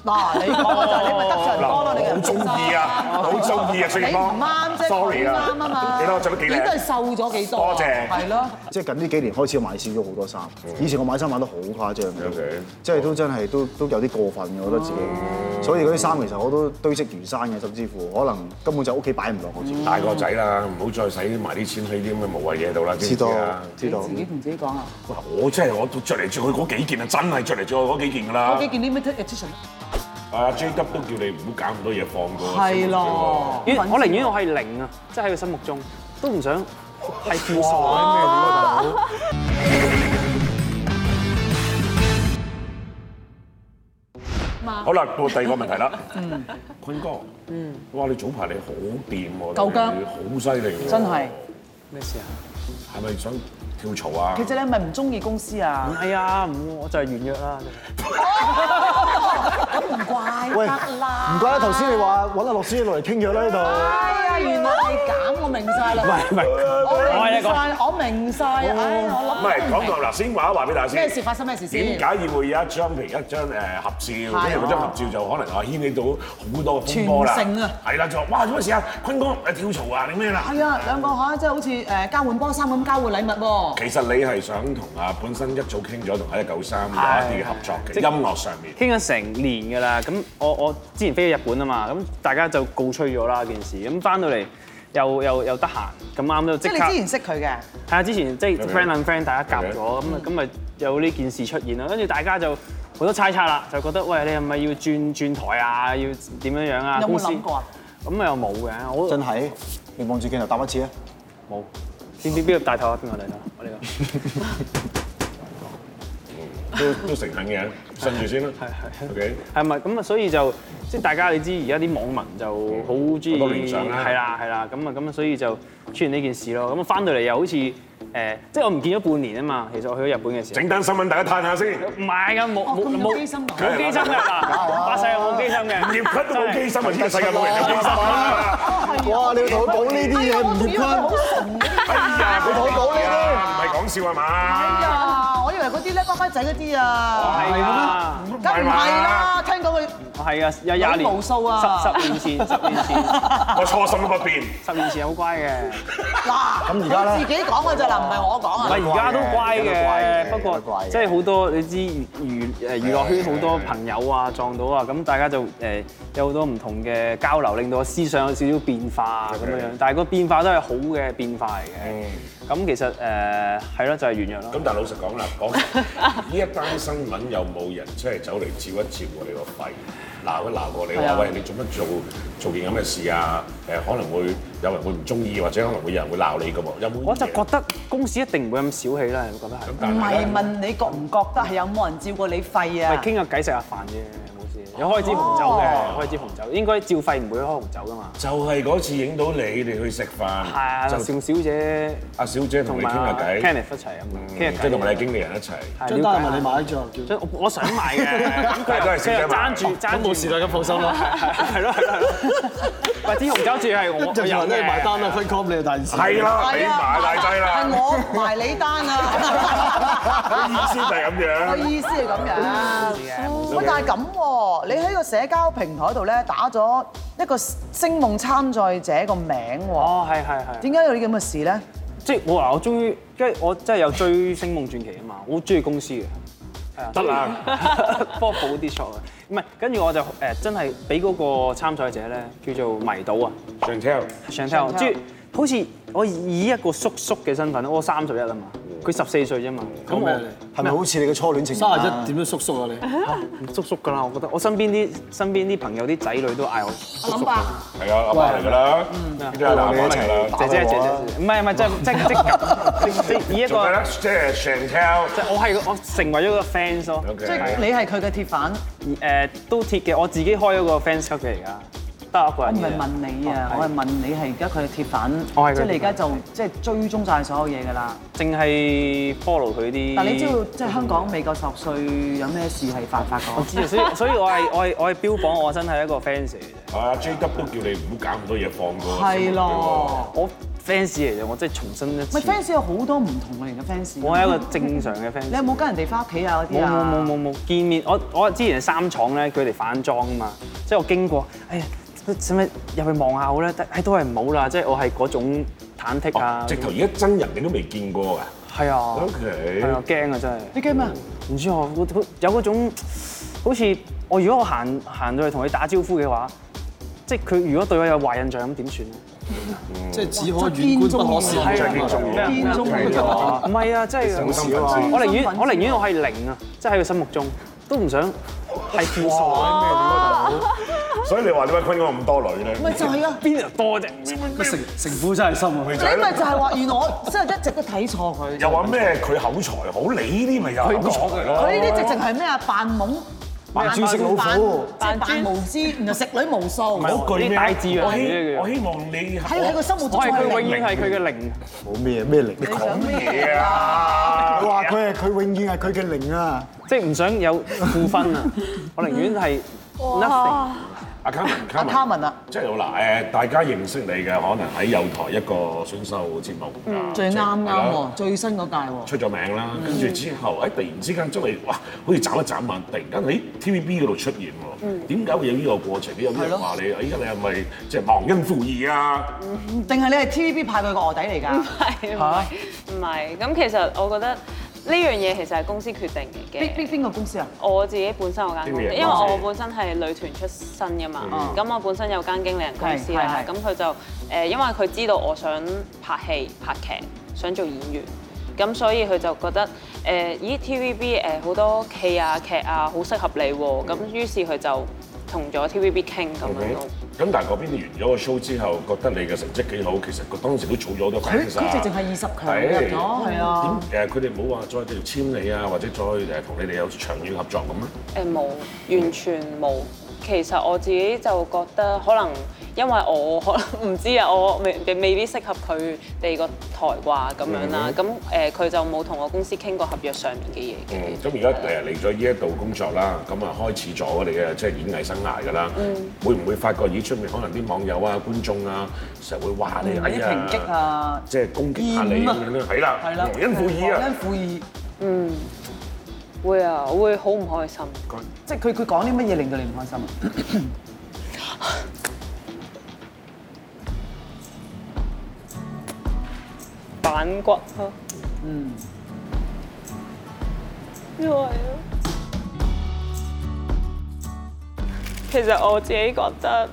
Speaker 2: 嗱，你講就 係你咪得罪人多咯，你嘅
Speaker 1: 好
Speaker 2: 人
Speaker 1: 中意啊，好中意啊，四
Speaker 2: 你
Speaker 1: 方。
Speaker 2: 唔啱啫，
Speaker 1: sorry
Speaker 2: 佢唔
Speaker 1: 啊
Speaker 2: 啱啊嘛。
Speaker 1: 你睇我着得幾
Speaker 2: 應該係
Speaker 1: 靚？
Speaker 2: 瘦咗幾多？
Speaker 1: 多謝
Speaker 2: 係咯，
Speaker 4: 即係近呢幾年開始我買少咗好多衫，
Speaker 1: 嗯
Speaker 4: 以前我買衫買得好誇張嘅
Speaker 1: OK，
Speaker 4: 即係都真係都都有啲過分嘅，我覺得自己。所以嗰啲衫其實我都堆積如山嘅，甚至乎可能根本就屋企擺唔落我自己。
Speaker 1: 大個仔啦，唔好再使埋啲錢喺啲咁嘅無謂嘢度啦，知
Speaker 4: 知
Speaker 1: 唔知
Speaker 4: 道
Speaker 1: 啊？
Speaker 4: 知道
Speaker 2: 自，己同自己講啊。
Speaker 1: 哇我真係我着嚟着去嗰幾件啊，真係着嚟着去嗰幾件㗎
Speaker 2: 我
Speaker 1: 啦
Speaker 2: 幾。件 limited edition
Speaker 1: 啊，J W 都叫你唔好搞咁多嘢放過。啊
Speaker 2: 係咯，
Speaker 3: 咦我寧願我係零啊，即係喺佢心目中都唔想係負數。
Speaker 1: 好啦，到第二個問題 啦。坤哥，嗯，哇！你早排你好掂喎，
Speaker 2: 夠薑
Speaker 1: 你好犀利喎，
Speaker 2: 真係。
Speaker 3: 啊
Speaker 1: 係咪想跳槽啊
Speaker 2: 其？實你係咪唔中意公司啊？
Speaker 3: 係啊，唔我就係軟弱啦。
Speaker 2: 咁唔怪
Speaker 4: 喂，
Speaker 2: 得啦。
Speaker 4: 唔怪得頭先你話揾阿樂師落嚟傾咗啦呢度。
Speaker 2: 哎呀，原來係咁，我明晒啦。
Speaker 3: 唔係，
Speaker 2: 我明
Speaker 3: 我係
Speaker 2: 晒，我明晒。唉，我
Speaker 1: 唔
Speaker 2: 諗
Speaker 1: 係講到嗱，先話話俾大家知。
Speaker 2: 咩事發生咩事先
Speaker 1: 點解要會有一張譬如一張誒合照，跟住嗰張合照就可能啊牽起到好多風波啦。
Speaker 2: 全城啊
Speaker 1: 係啦，就話哇做乜事啊？坤哥誒跳槽啊，你咩啦？
Speaker 2: 係啊，兩個嚇，即係好似誒交換波衫咁交換禮物喎。
Speaker 1: 其實你係想同啊本身一早傾咗同一九三有一啲嘅合作嘅
Speaker 3: 即
Speaker 1: 音樂上面。
Speaker 3: 傾咗成年㗎啦。咁我我之前飛咗日本啊嘛，咁大家就告吹咗啦件事。咁翻到嚟又又又得閒，咁啱都即
Speaker 2: 即係
Speaker 3: 刻。
Speaker 2: 你之前識佢嘅，
Speaker 3: 係啊，之前即係
Speaker 1: Okay.
Speaker 3: friend and friend 大家夾咗，咁啊咁咪有呢件事出現啦。跟住大家就好多猜測啦，就覺得喂你係咪要轉轉台啊？要點樣樣啊？
Speaker 2: 有冇
Speaker 3: 公司
Speaker 2: 諗過啊？
Speaker 3: 咁又冇嘅，我
Speaker 4: 真係，你望住鏡頭答一次啊！
Speaker 3: 邊邊邊個大頭啊？邊個大頭啊？我哋個。
Speaker 1: 都都誠懇嘅，信住先啦。
Speaker 3: 係係
Speaker 1: OK，
Speaker 3: 係咪咁啊？所以就即係大家你知而家啲網民就好中意
Speaker 1: 好多聯想啦
Speaker 3: 係啦係啦，咁啊咁啊，所以就出現呢件事咯。咁啊翻到嚟又好似誒，即係我唔見咗半年啊嘛。其實我去咗日本嘅時候，
Speaker 1: 整單新聞大家嘆下先。
Speaker 3: 唔係㗎，冇冇
Speaker 2: 咁有
Speaker 3: 冇
Speaker 2: 機心㗎
Speaker 3: 冇機心㗎啊嗱，發誓係冇機心嘅，
Speaker 1: 葉坤都冇機心啊！呢個世界冇人有機心啊！
Speaker 4: 哇！你同我講呢啲嘢，吳業坤，
Speaker 1: 哎呀，佢啊
Speaker 4: 好保你啦
Speaker 1: 唔係講笑係嘛？
Speaker 2: 啊！我以為嗰啲咧乖乖仔嗰啲啊，
Speaker 3: 係啊，
Speaker 2: 梗唔係啦，聽講佢
Speaker 3: 係啊，有廿年，
Speaker 2: 無數啊
Speaker 3: 十十年前，十 年前，
Speaker 1: 我初心都不變。
Speaker 3: 十年前好乖嘅。
Speaker 2: 嗱，
Speaker 4: 咁而家咧
Speaker 2: 佢自己講嘅咋嗱，唔係我講
Speaker 3: 唔
Speaker 2: 啊。
Speaker 3: 係而家都乖
Speaker 4: 而
Speaker 3: 嘅，
Speaker 4: 家
Speaker 3: 不
Speaker 4: 都乖嘅而家都
Speaker 3: 過
Speaker 4: 乖嘅
Speaker 3: 即係好多你知娛娛誒娛樂圈好多朋友啊撞到啊，咁大家就誒有好多唔同嘅交流，令到我思想有少少變化啊咁樣樣，但係個變化都係好嘅變化嚟嘅。咁其實誒係咯，就係軟弱咯
Speaker 1: 咁。但係老實講啦，講呢一單新聞有冇人即係走嚟照一照我哋個肺，鬧一鬧我哋
Speaker 3: 係啊
Speaker 1: 話喂你做乜做做件咁嘅事啊？誒可能會有人會唔中意，或者可能會有人會鬧你㗎喎，有冇呢啲嘢？
Speaker 3: 我就覺得公司一定唔會咁小氣啦，我覺得係
Speaker 1: 咁。
Speaker 2: 唔
Speaker 1: 但係
Speaker 2: 係
Speaker 1: 咧
Speaker 2: 問你覺唔覺得係有冇人照過你肺
Speaker 3: 咪
Speaker 2: 啊？
Speaker 3: 傾下偈食下飯啫，冇事。有開支紅酒嘅，開支紅酒應該照肺唔會開紅酒噶嘛。
Speaker 1: 就係嗰次影到你哋去食
Speaker 3: 係啊，
Speaker 1: 飯，就
Speaker 3: 邵小姐
Speaker 1: 阿小姐同
Speaker 3: 同
Speaker 1: 你
Speaker 3: 埋
Speaker 1: 傾下
Speaker 3: 啊
Speaker 1: 偈，嗯
Speaker 3: Kenneth 一齊咁樣傾下偈，
Speaker 1: 即係同你經理人一齊。
Speaker 3: 係
Speaker 5: 張單係咪你買咗叫？
Speaker 3: 所以我我想買嘅， 咁
Speaker 1: 但係都係
Speaker 3: 佢又
Speaker 1: 小
Speaker 3: 佢
Speaker 1: 姐
Speaker 3: 又
Speaker 1: 買
Speaker 3: 爭住爭住，
Speaker 5: 哦代咁放心啦，
Speaker 3: 係咯係咯係咯，喂支紅酒住係我
Speaker 5: 一陣有
Speaker 3: 有
Speaker 5: 人咧
Speaker 3: 嘅
Speaker 5: 埋單啦，分 com 你就大件事。
Speaker 1: 係啦，你
Speaker 2: 係啊，
Speaker 1: 埋大劑
Speaker 2: 係
Speaker 1: 啦，
Speaker 2: 我埋你單
Speaker 1: 個意思就係咁
Speaker 2: 啊！個
Speaker 1: 樣。
Speaker 2: 意思係咁樣。喂，但係咁喎，你喺個社交平台度咧打咗一個星夢參賽者個名喎，
Speaker 3: 哦係係係，
Speaker 2: 點解有啲咁嘅事咧？
Speaker 3: 即係我嗱我終於，因為我真係有追星夢傳奇啊嘛，我好中意公司嘅。係啊
Speaker 1: 得啦，
Speaker 3: 科普啲 shot 啊，唔係，跟住我就誒真係俾嗰個參賽者咧叫做迷倒啊，
Speaker 1: 上 tell
Speaker 3: 上聽我，即係好似我以一個叔叔嘅身份，我三十一啊嘛，佢十四歲啫嘛，咁
Speaker 5: 咩
Speaker 3: 我
Speaker 5: 嚟
Speaker 4: 係咪好似你嘅初戀情人
Speaker 5: 三十
Speaker 4: 啊
Speaker 5: 一？點樣叔叔啊你？
Speaker 3: 叔叔㗎啦，我覺得我身邊啲身邊啲朋友啲仔女都嗌我叔叔㗎啦。
Speaker 1: 係啊，阿爸嚟㗎啦，呢啲係阿爸嚟㗎啦。
Speaker 3: 姐姐姐姐，唔係唔係，即即即即即以一個
Speaker 1: 做咩咧？即係上 tell。
Speaker 3: 即我係我成為咗個 fans 咯，
Speaker 1: OK 啊
Speaker 2: 即係你係佢嘅鐵粉，
Speaker 3: 誒都鐵嘅，我自己開咗個 fans club 嘅而家，得我一個
Speaker 2: 我
Speaker 3: 人
Speaker 2: 唔
Speaker 3: 嘅。
Speaker 2: 係問你啊，
Speaker 3: 哦
Speaker 2: 我係問你係而家佢嘅鐵粉
Speaker 3: 我係佢嘅鐵，粉嗯
Speaker 2: 即係你而家就即係追蹤晒所有嘢㗎啦。
Speaker 3: 淨係 follow 佢啲。
Speaker 2: 但你知道即係香港未夠十歲有咩事係犯法
Speaker 3: 我
Speaker 2: 㗎？
Speaker 3: 知啊，所以所以我係我係我係標榜我真係一個 fans 嚟嘅，
Speaker 1: 啊，J W 都叫你唔好搞咁多嘢，放過我
Speaker 2: 係咯。
Speaker 3: 我 fans 嚟嘅，我真係重新一
Speaker 2: 咪
Speaker 3: 次。
Speaker 2: fans 有好多唔同類型嘅 fans。啊
Speaker 3: 我係一個正常嘅 fans。
Speaker 2: 你有冇跟人哋翻屋企啊嗰
Speaker 3: 冇
Speaker 2: 啲啊？
Speaker 3: 冇冇冇冇見面，我我之前三廠咧，佢哋反裝啊嘛，即係我經過，哎呀，使唔使入去望下好咧？得，哎都係唔好啦，即係我係嗰種忐忑啊
Speaker 1: 哦，，直頭而家真人你都未見過
Speaker 2: 哦
Speaker 1: 㗎。
Speaker 3: 係啊
Speaker 1: O，K，
Speaker 3: 係啊，驚啊真係，
Speaker 2: 你驚咩啊？
Speaker 3: 唔知我我有嗰種好似我如果我行行到去同佢打招呼嘅話，即係佢如果對我有壞印象咁點算咧？
Speaker 5: 即係只可遠觀不可
Speaker 1: 係
Speaker 5: 褻
Speaker 1: 真係見中
Speaker 5: 玩。
Speaker 1: 意， 見中意。
Speaker 3: 唔係啊，即係
Speaker 1: 好心粉絲
Speaker 3: 我寧願我寧願我係零啊，即係喺佢心目中都唔想係負數，
Speaker 1: 所以你話點解坤哥咁多女咧？
Speaker 2: 咪就啊係啊！
Speaker 3: 邊度多啫？
Speaker 5: 城城府真係深啊！
Speaker 1: 咪就係
Speaker 2: 你咪
Speaker 1: 咯
Speaker 2: 就係話原來我真係一直都睇錯佢。
Speaker 1: 又話咩佢口才好，你呢啲咪又係口才咯？
Speaker 2: 佢呢啲直情係咩啊？扮懵。扮
Speaker 4: 豬食老虎
Speaker 2: 扮即係扮無知，然後食女無數。
Speaker 1: 嗰句咩
Speaker 3: 啲大字樣
Speaker 1: 我
Speaker 3: 嚟
Speaker 1: 希
Speaker 3: 嘅
Speaker 1: 我希望你
Speaker 2: 喺啊喺個心目中
Speaker 3: 我係佢
Speaker 2: 係
Speaker 3: 永
Speaker 2: 零。
Speaker 3: 遠係佢嘅零。
Speaker 4: 冇咩咩零，你講
Speaker 2: 想咩？
Speaker 1: 嘢啊！
Speaker 4: 佢話佢係佢永遠係佢嘅零啊！
Speaker 3: 即係唔想有負分啊！我寧願係 nothing。
Speaker 1: 阿卡文，
Speaker 2: 阿
Speaker 1: 卡文，
Speaker 2: 卡文啊，
Speaker 1: 即係嗱誒，大家認識你嘅可能喺有台一個選秀節目㗎，
Speaker 2: 嗯最
Speaker 1: 即
Speaker 2: 啱
Speaker 1: 係
Speaker 2: 啱
Speaker 1: 係咯
Speaker 2: 喎，最新嗰屆喎。
Speaker 1: 出咗名啦，跟
Speaker 2: 嗯
Speaker 1: 住之後喺突然之間將你哇，好似眨一眨眼，突然間喺 TVB 嗰度出現
Speaker 2: 嗯
Speaker 1: 喎，點解會有呢個過程？有啲人話你，哎呀，你係咪即係忘恩負義啊？
Speaker 2: 定係你係 TVB 派佢個卧底嚟㗎？
Speaker 6: 係唔係唔係？咁其實我覺得呢樣嘢其實係公司決定嚟
Speaker 2: 邊
Speaker 6: 嘅。
Speaker 2: 邊邊個公司啊？
Speaker 6: 我自己本身有間公
Speaker 1: 經
Speaker 6: 司，
Speaker 1: 理人
Speaker 6: 因為
Speaker 2: 哦
Speaker 6: 我本身係女團出身噶嘛，咁我本身有間經理人公司啦
Speaker 2: 嗯係係，係
Speaker 6: 咁佢就誒，因為佢知道我想拍戲、拍劇，想做演員，咁所以佢就覺得誒，咦 TVB 誒呃好多戲啊、劇啊，好適合你喎，咁於是佢就同咗 TVB 傾咁樣咯。
Speaker 1: 咁但係嗰邊你完咗個 show 之後，覺得你嘅成績幾好，其實個當時都儲咗好多 fans
Speaker 2: 佢直情係二十強
Speaker 1: 係
Speaker 2: 入咗，係啊。
Speaker 1: 點誒？佢哋冇話再繼續簽你啊，或者再誒同你哋有長遠合作咁啊咧？
Speaker 6: 誒冇，完全冇。其實我自己就覺得可能因為我可能 唔知啊，我未未必適合佢哋個台啩咁樣啦。咁誒佢就冇同我公司傾過合約上面嘅嘢嘅。
Speaker 1: 嗯，咁而家誒嚟咗呢一度工作啦，咁啊開始咗你嘅即係演藝生涯㗎啦。
Speaker 2: 嗯
Speaker 1: 會唔會發覺咦出面可能啲網友啊、觀眾啊，成日會話你
Speaker 2: 嗯
Speaker 1: 哎
Speaker 2: 啲
Speaker 1: 呀
Speaker 2: 抨擊，啊，
Speaker 1: 即係攻擊下你
Speaker 2: 厭
Speaker 1: 咁
Speaker 2: 啊
Speaker 1: 樣咧？係啦，
Speaker 2: 係啦，
Speaker 1: 忘恩負義啊
Speaker 2: 忘恩！負義，
Speaker 6: 會啊，我會好唔開心。
Speaker 2: 即係佢佢講啲乜嘢令到你唔開心啊？
Speaker 6: 反骨啊咯。嗯。因為其實我自己覺得，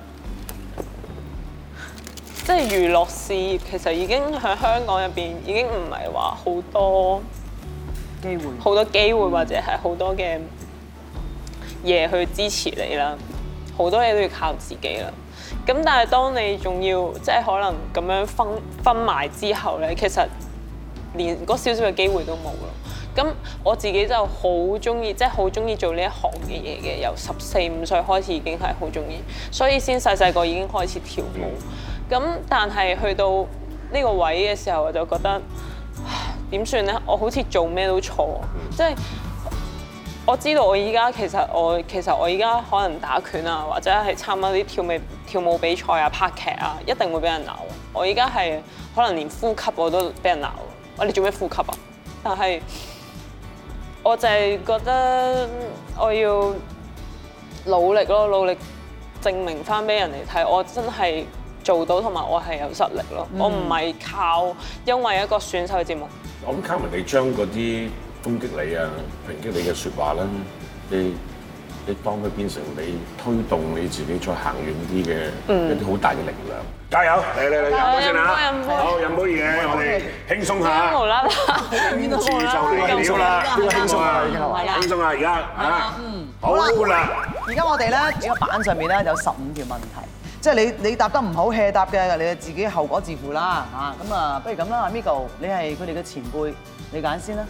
Speaker 6: 即係娛樂事業其實已經喺香港入邊已經唔係話好多
Speaker 2: 機會
Speaker 6: 好多機會或者係好多嘅嘢去支持你啦，好多嘢都要靠自己啦。咁但係當你仲要即係可能咁樣分分埋之後咧，其實連嗰少少嘅機會都冇咯。咁我自己就好中意，即係好中意做呢一行嘅嘢嘅，由十四五歲開始已經係好中意，所以先細細個已經開始跳舞。咁但係去到呢個位嘅時候，我就覺得。點算咧？我好似做咩都錯，即係我知道我依家其實我其實我依家可能打拳啊，或者係參加啲跳舞跳舞比賽啊、拍劇啊，一定會俾人鬧。我依家係可能連呼吸我都俾人鬧。我你做咩呼吸啊？但係 我就係覺得我要努力咯，努力證明翻俾人哋睇，我真係做到，同埋我係有實力咯。我唔係靠因為一個選秀節目。
Speaker 1: 我諗 Carmen，你將嗰啲攻擊你啊、抨擊你嘅説話啦，你你當佢變成你推動你自己再行遠啲
Speaker 2: 嗯
Speaker 1: 嘅一啲好大嘅力量。加油！嚟嚟嚟，飲杯先啦
Speaker 6: 飲杯飲！杯
Speaker 1: 好，飲杯嘢，我哋輕鬆下。
Speaker 6: 無啦啦，
Speaker 1: 跟住就嚟料啦，輕鬆啊，輕鬆啊，而家啊，
Speaker 2: 嗯
Speaker 1: 好啦，
Speaker 2: 而家我哋咧呢個板上面咧有十五條問題，即係你你答得唔好 hea 答嘅，你自己後果自負啦嚇。咁啊，不如咁啦阿，Migo，你係佢哋嘅前輩，你揀先啦。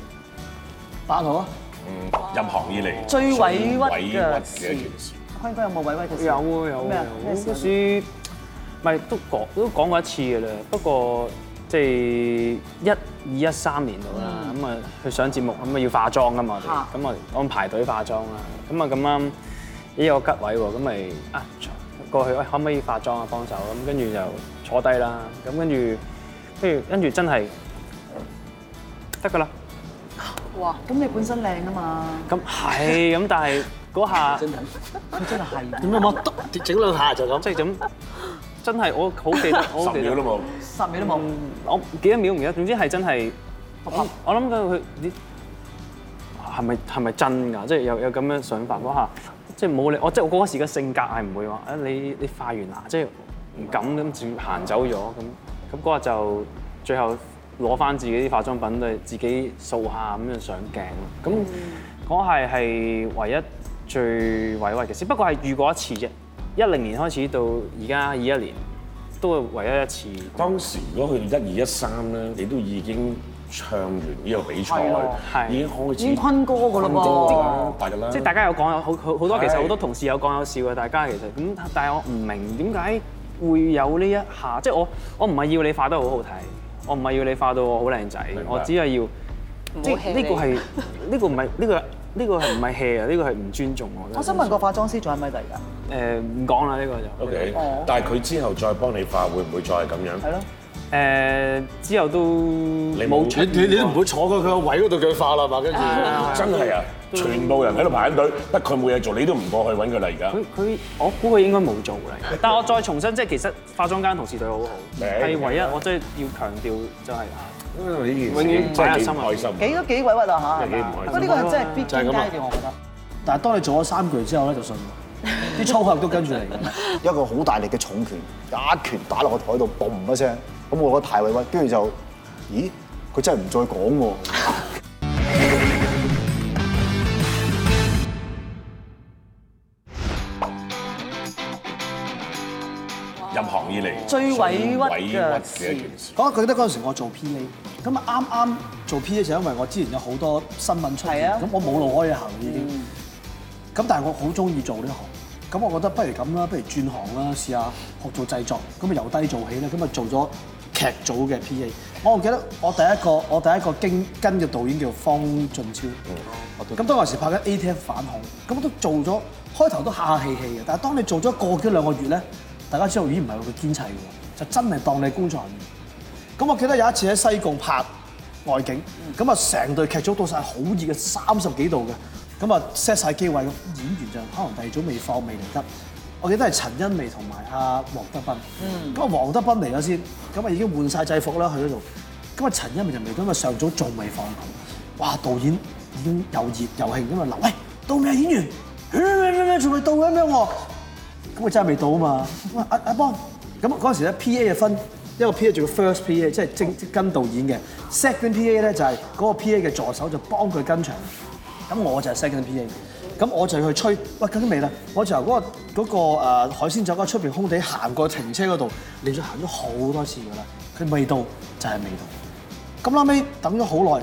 Speaker 5: 八號啊，
Speaker 1: 嗯，入行以嚟
Speaker 2: 最委屈
Speaker 1: 最
Speaker 2: 嘅
Speaker 1: 委屈嘅一件事，
Speaker 2: 坤哥有冇委屈嘅事？
Speaker 3: 有啊有
Speaker 2: 咩
Speaker 3: 啊
Speaker 2: 啊
Speaker 3: 有啊
Speaker 2: 咩事
Speaker 3: 嗰時咪都講都講過一次嘅啦，不過即係一二一三年度啦，咁啊去上節目咁啊要化妝噶嘛，
Speaker 2: 嚇
Speaker 3: 我哋咁我哋安排隊化妝啦，咁啊咁啱呢有個吉位喎，咁咪啊過去喂可唔可以化妝啊幫手咁，跟住就坐低啦，咁跟住跟住跟住真係得噶啦，
Speaker 2: 哇！咁你本身靚啊嘛，
Speaker 3: 咁係咁，但係 嗰下。
Speaker 2: 佢真係係
Speaker 5: 點解我篤整兩下就咁？
Speaker 3: 即係咁，真係我好記得，我好記
Speaker 1: 十秒
Speaker 3: 得
Speaker 1: 都，冇，
Speaker 2: 十秒都冇。
Speaker 3: 我幾多秒唔記得，總之係真係，我我諗緊佢你係咪係咪真㗎？即係有有咁樣想法嗰下，即係冇理我，即係我嗰時嘅性格係唔會話啊你你化完啦，即係唔敢咁住行走咗咁，咁嗰日就最後攞翻自己啲化妝品，都係自己掃下咁樣上鏡咁嗰下係唯一最委屈嘅事，不過係遇過一次啫。一零年開始到而家二一年，都係唯一一次。
Speaker 1: 當時如果去到一二一三咧，你都已經唱完呢個比賽，已經開始，
Speaker 2: 已經坤哥㗎嘞噃，
Speaker 1: 大㗎啦，
Speaker 3: 即係大家有講有好好好多，其實
Speaker 1: 係
Speaker 3: 好多同事有講有笑嘅，大家其實咁，但係我唔明點解會有呢一下，即係我我唔係要你化得好好睇，我唔係要你化到我好靚仔
Speaker 1: 明，白
Speaker 3: 我只係要即係
Speaker 6: hea
Speaker 3: 呢個係
Speaker 6: 你
Speaker 3: 呢個唔係呢個呢個係唔係 hea 啊？呢個係唔尊重我。
Speaker 2: 我想問個化妝師仲喺咪度而家？
Speaker 3: 誒唔講啦，呢個就
Speaker 1: OK，但係佢之後再幫你化，會唔會再係咁
Speaker 2: 哦係
Speaker 1: 樣？
Speaker 2: 咯，
Speaker 3: 誒之後都你
Speaker 1: 冇
Speaker 5: 你你你都唔會坐過佢個位嗰度佢化啦嘛，跟住
Speaker 1: 真係啊，全部人喺度排緊隊，得佢冇嘢做，你都唔過去揾佢啦而家。
Speaker 3: 佢佢，我估佢應該冇做嚟。但我再重申，即係其實化妝間同事對我好好，
Speaker 1: 係
Speaker 3: 係唯一我真係要強調就係
Speaker 5: 嗯
Speaker 1: 呢件事真係幾唔開心。
Speaker 2: 幾都幾委屈啦嚇，係
Speaker 1: 幾唔
Speaker 2: 嘛
Speaker 1: 開心
Speaker 2: 不過呢個係真係必經
Speaker 5: 就係咁啊
Speaker 2: 階段，我覺得。
Speaker 5: 但係當你做咗三句之後咧，就信喎，啲粗口都跟住嚟嘅。
Speaker 4: 一個好大力嘅重拳，一拳打落個台度，嘣一聲，咁我覺得太委屈，跟住就，咦，佢真係唔再講喎。
Speaker 1: 入行以嚟
Speaker 2: 最委屈嘅
Speaker 1: 委屈嘅一件事。
Speaker 5: 講我記得嗰陣時我做 P.A. 咁啊啱啱做 P.A. 就因為我之前有好多新聞出
Speaker 2: 係
Speaker 5: 現，
Speaker 2: 啊
Speaker 5: 咁我冇路可以行已經。咁但係我好中意做呢行，咁我覺得不如咁啦，不如轉行啦，試下學做製作，咁啊由低做起啦，咁啊做咗劇組嘅 P.A. 我仲記得我第一個我第一個經跟嘅導演叫方俊超，咁當時拍緊 A.T.F 反恐，咁我都做咗，開頭都下下氣氣嘅，但係當你做咗個幾兩個月咧，大家知道咦唔係佢堅砌嘅喎，就真係當你係工作人員。咁我記得有一次喺西貢拍外景，咁啊成隊劇組到晒好熱嘅三十幾度嘅，咁啊 set 晒機位，演員就可能第二組未放未嚟得。我記得係陳茵媺同埋阿黃德斌，咁啊黃德斌嚟咗先，咁啊已經換晒制服啦去嗰度，咁啊陳茵媺就未到，因為上組仲未放佢，哇導演已經又熱又興咁啊嗱，喂到未啊演員？咩咩咩仲未到嘅咩喎？咁我真係未到啊嘛。咁啊阿阿邦，咁嗰陣時咧 P.A. 嘅分，一個 P.A. 做個 first P.A. 即係正即跟導演嘅，second P.A. 咧就係嗰個 P.A. 嘅助手就幫佢跟場。咁我就係 second P.A. 咁我就去吹，喂，究竟未啦？我就由嗰、個嗰、個、呃、海鮮酒家出邊空地行過停車嗰度，連續行咗好多次㗎啦。佢未到就係未到。咁後尾等咗好耐，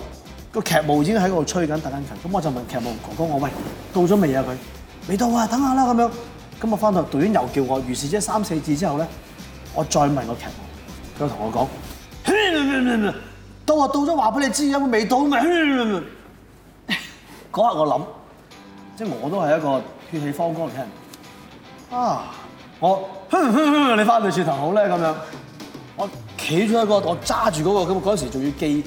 Speaker 5: 個劇務已經喺度吹緊特登勤，咁我就問劇務哥哥我喂到咗未啊佢？未到啊，等下啦咁樣。咁我翻到導演又叫我，如是者三四字之後咧，我再問個劇務，佢同我講： 到啊，到咗話俾你知，有冇未到咪？嗰刻我諗，即係我都係一個血氣方剛嘅人啊！我你翻到轉頭好咧咁樣。我企咗喺個，我揸住嗰個咁，嗰陣時仲要記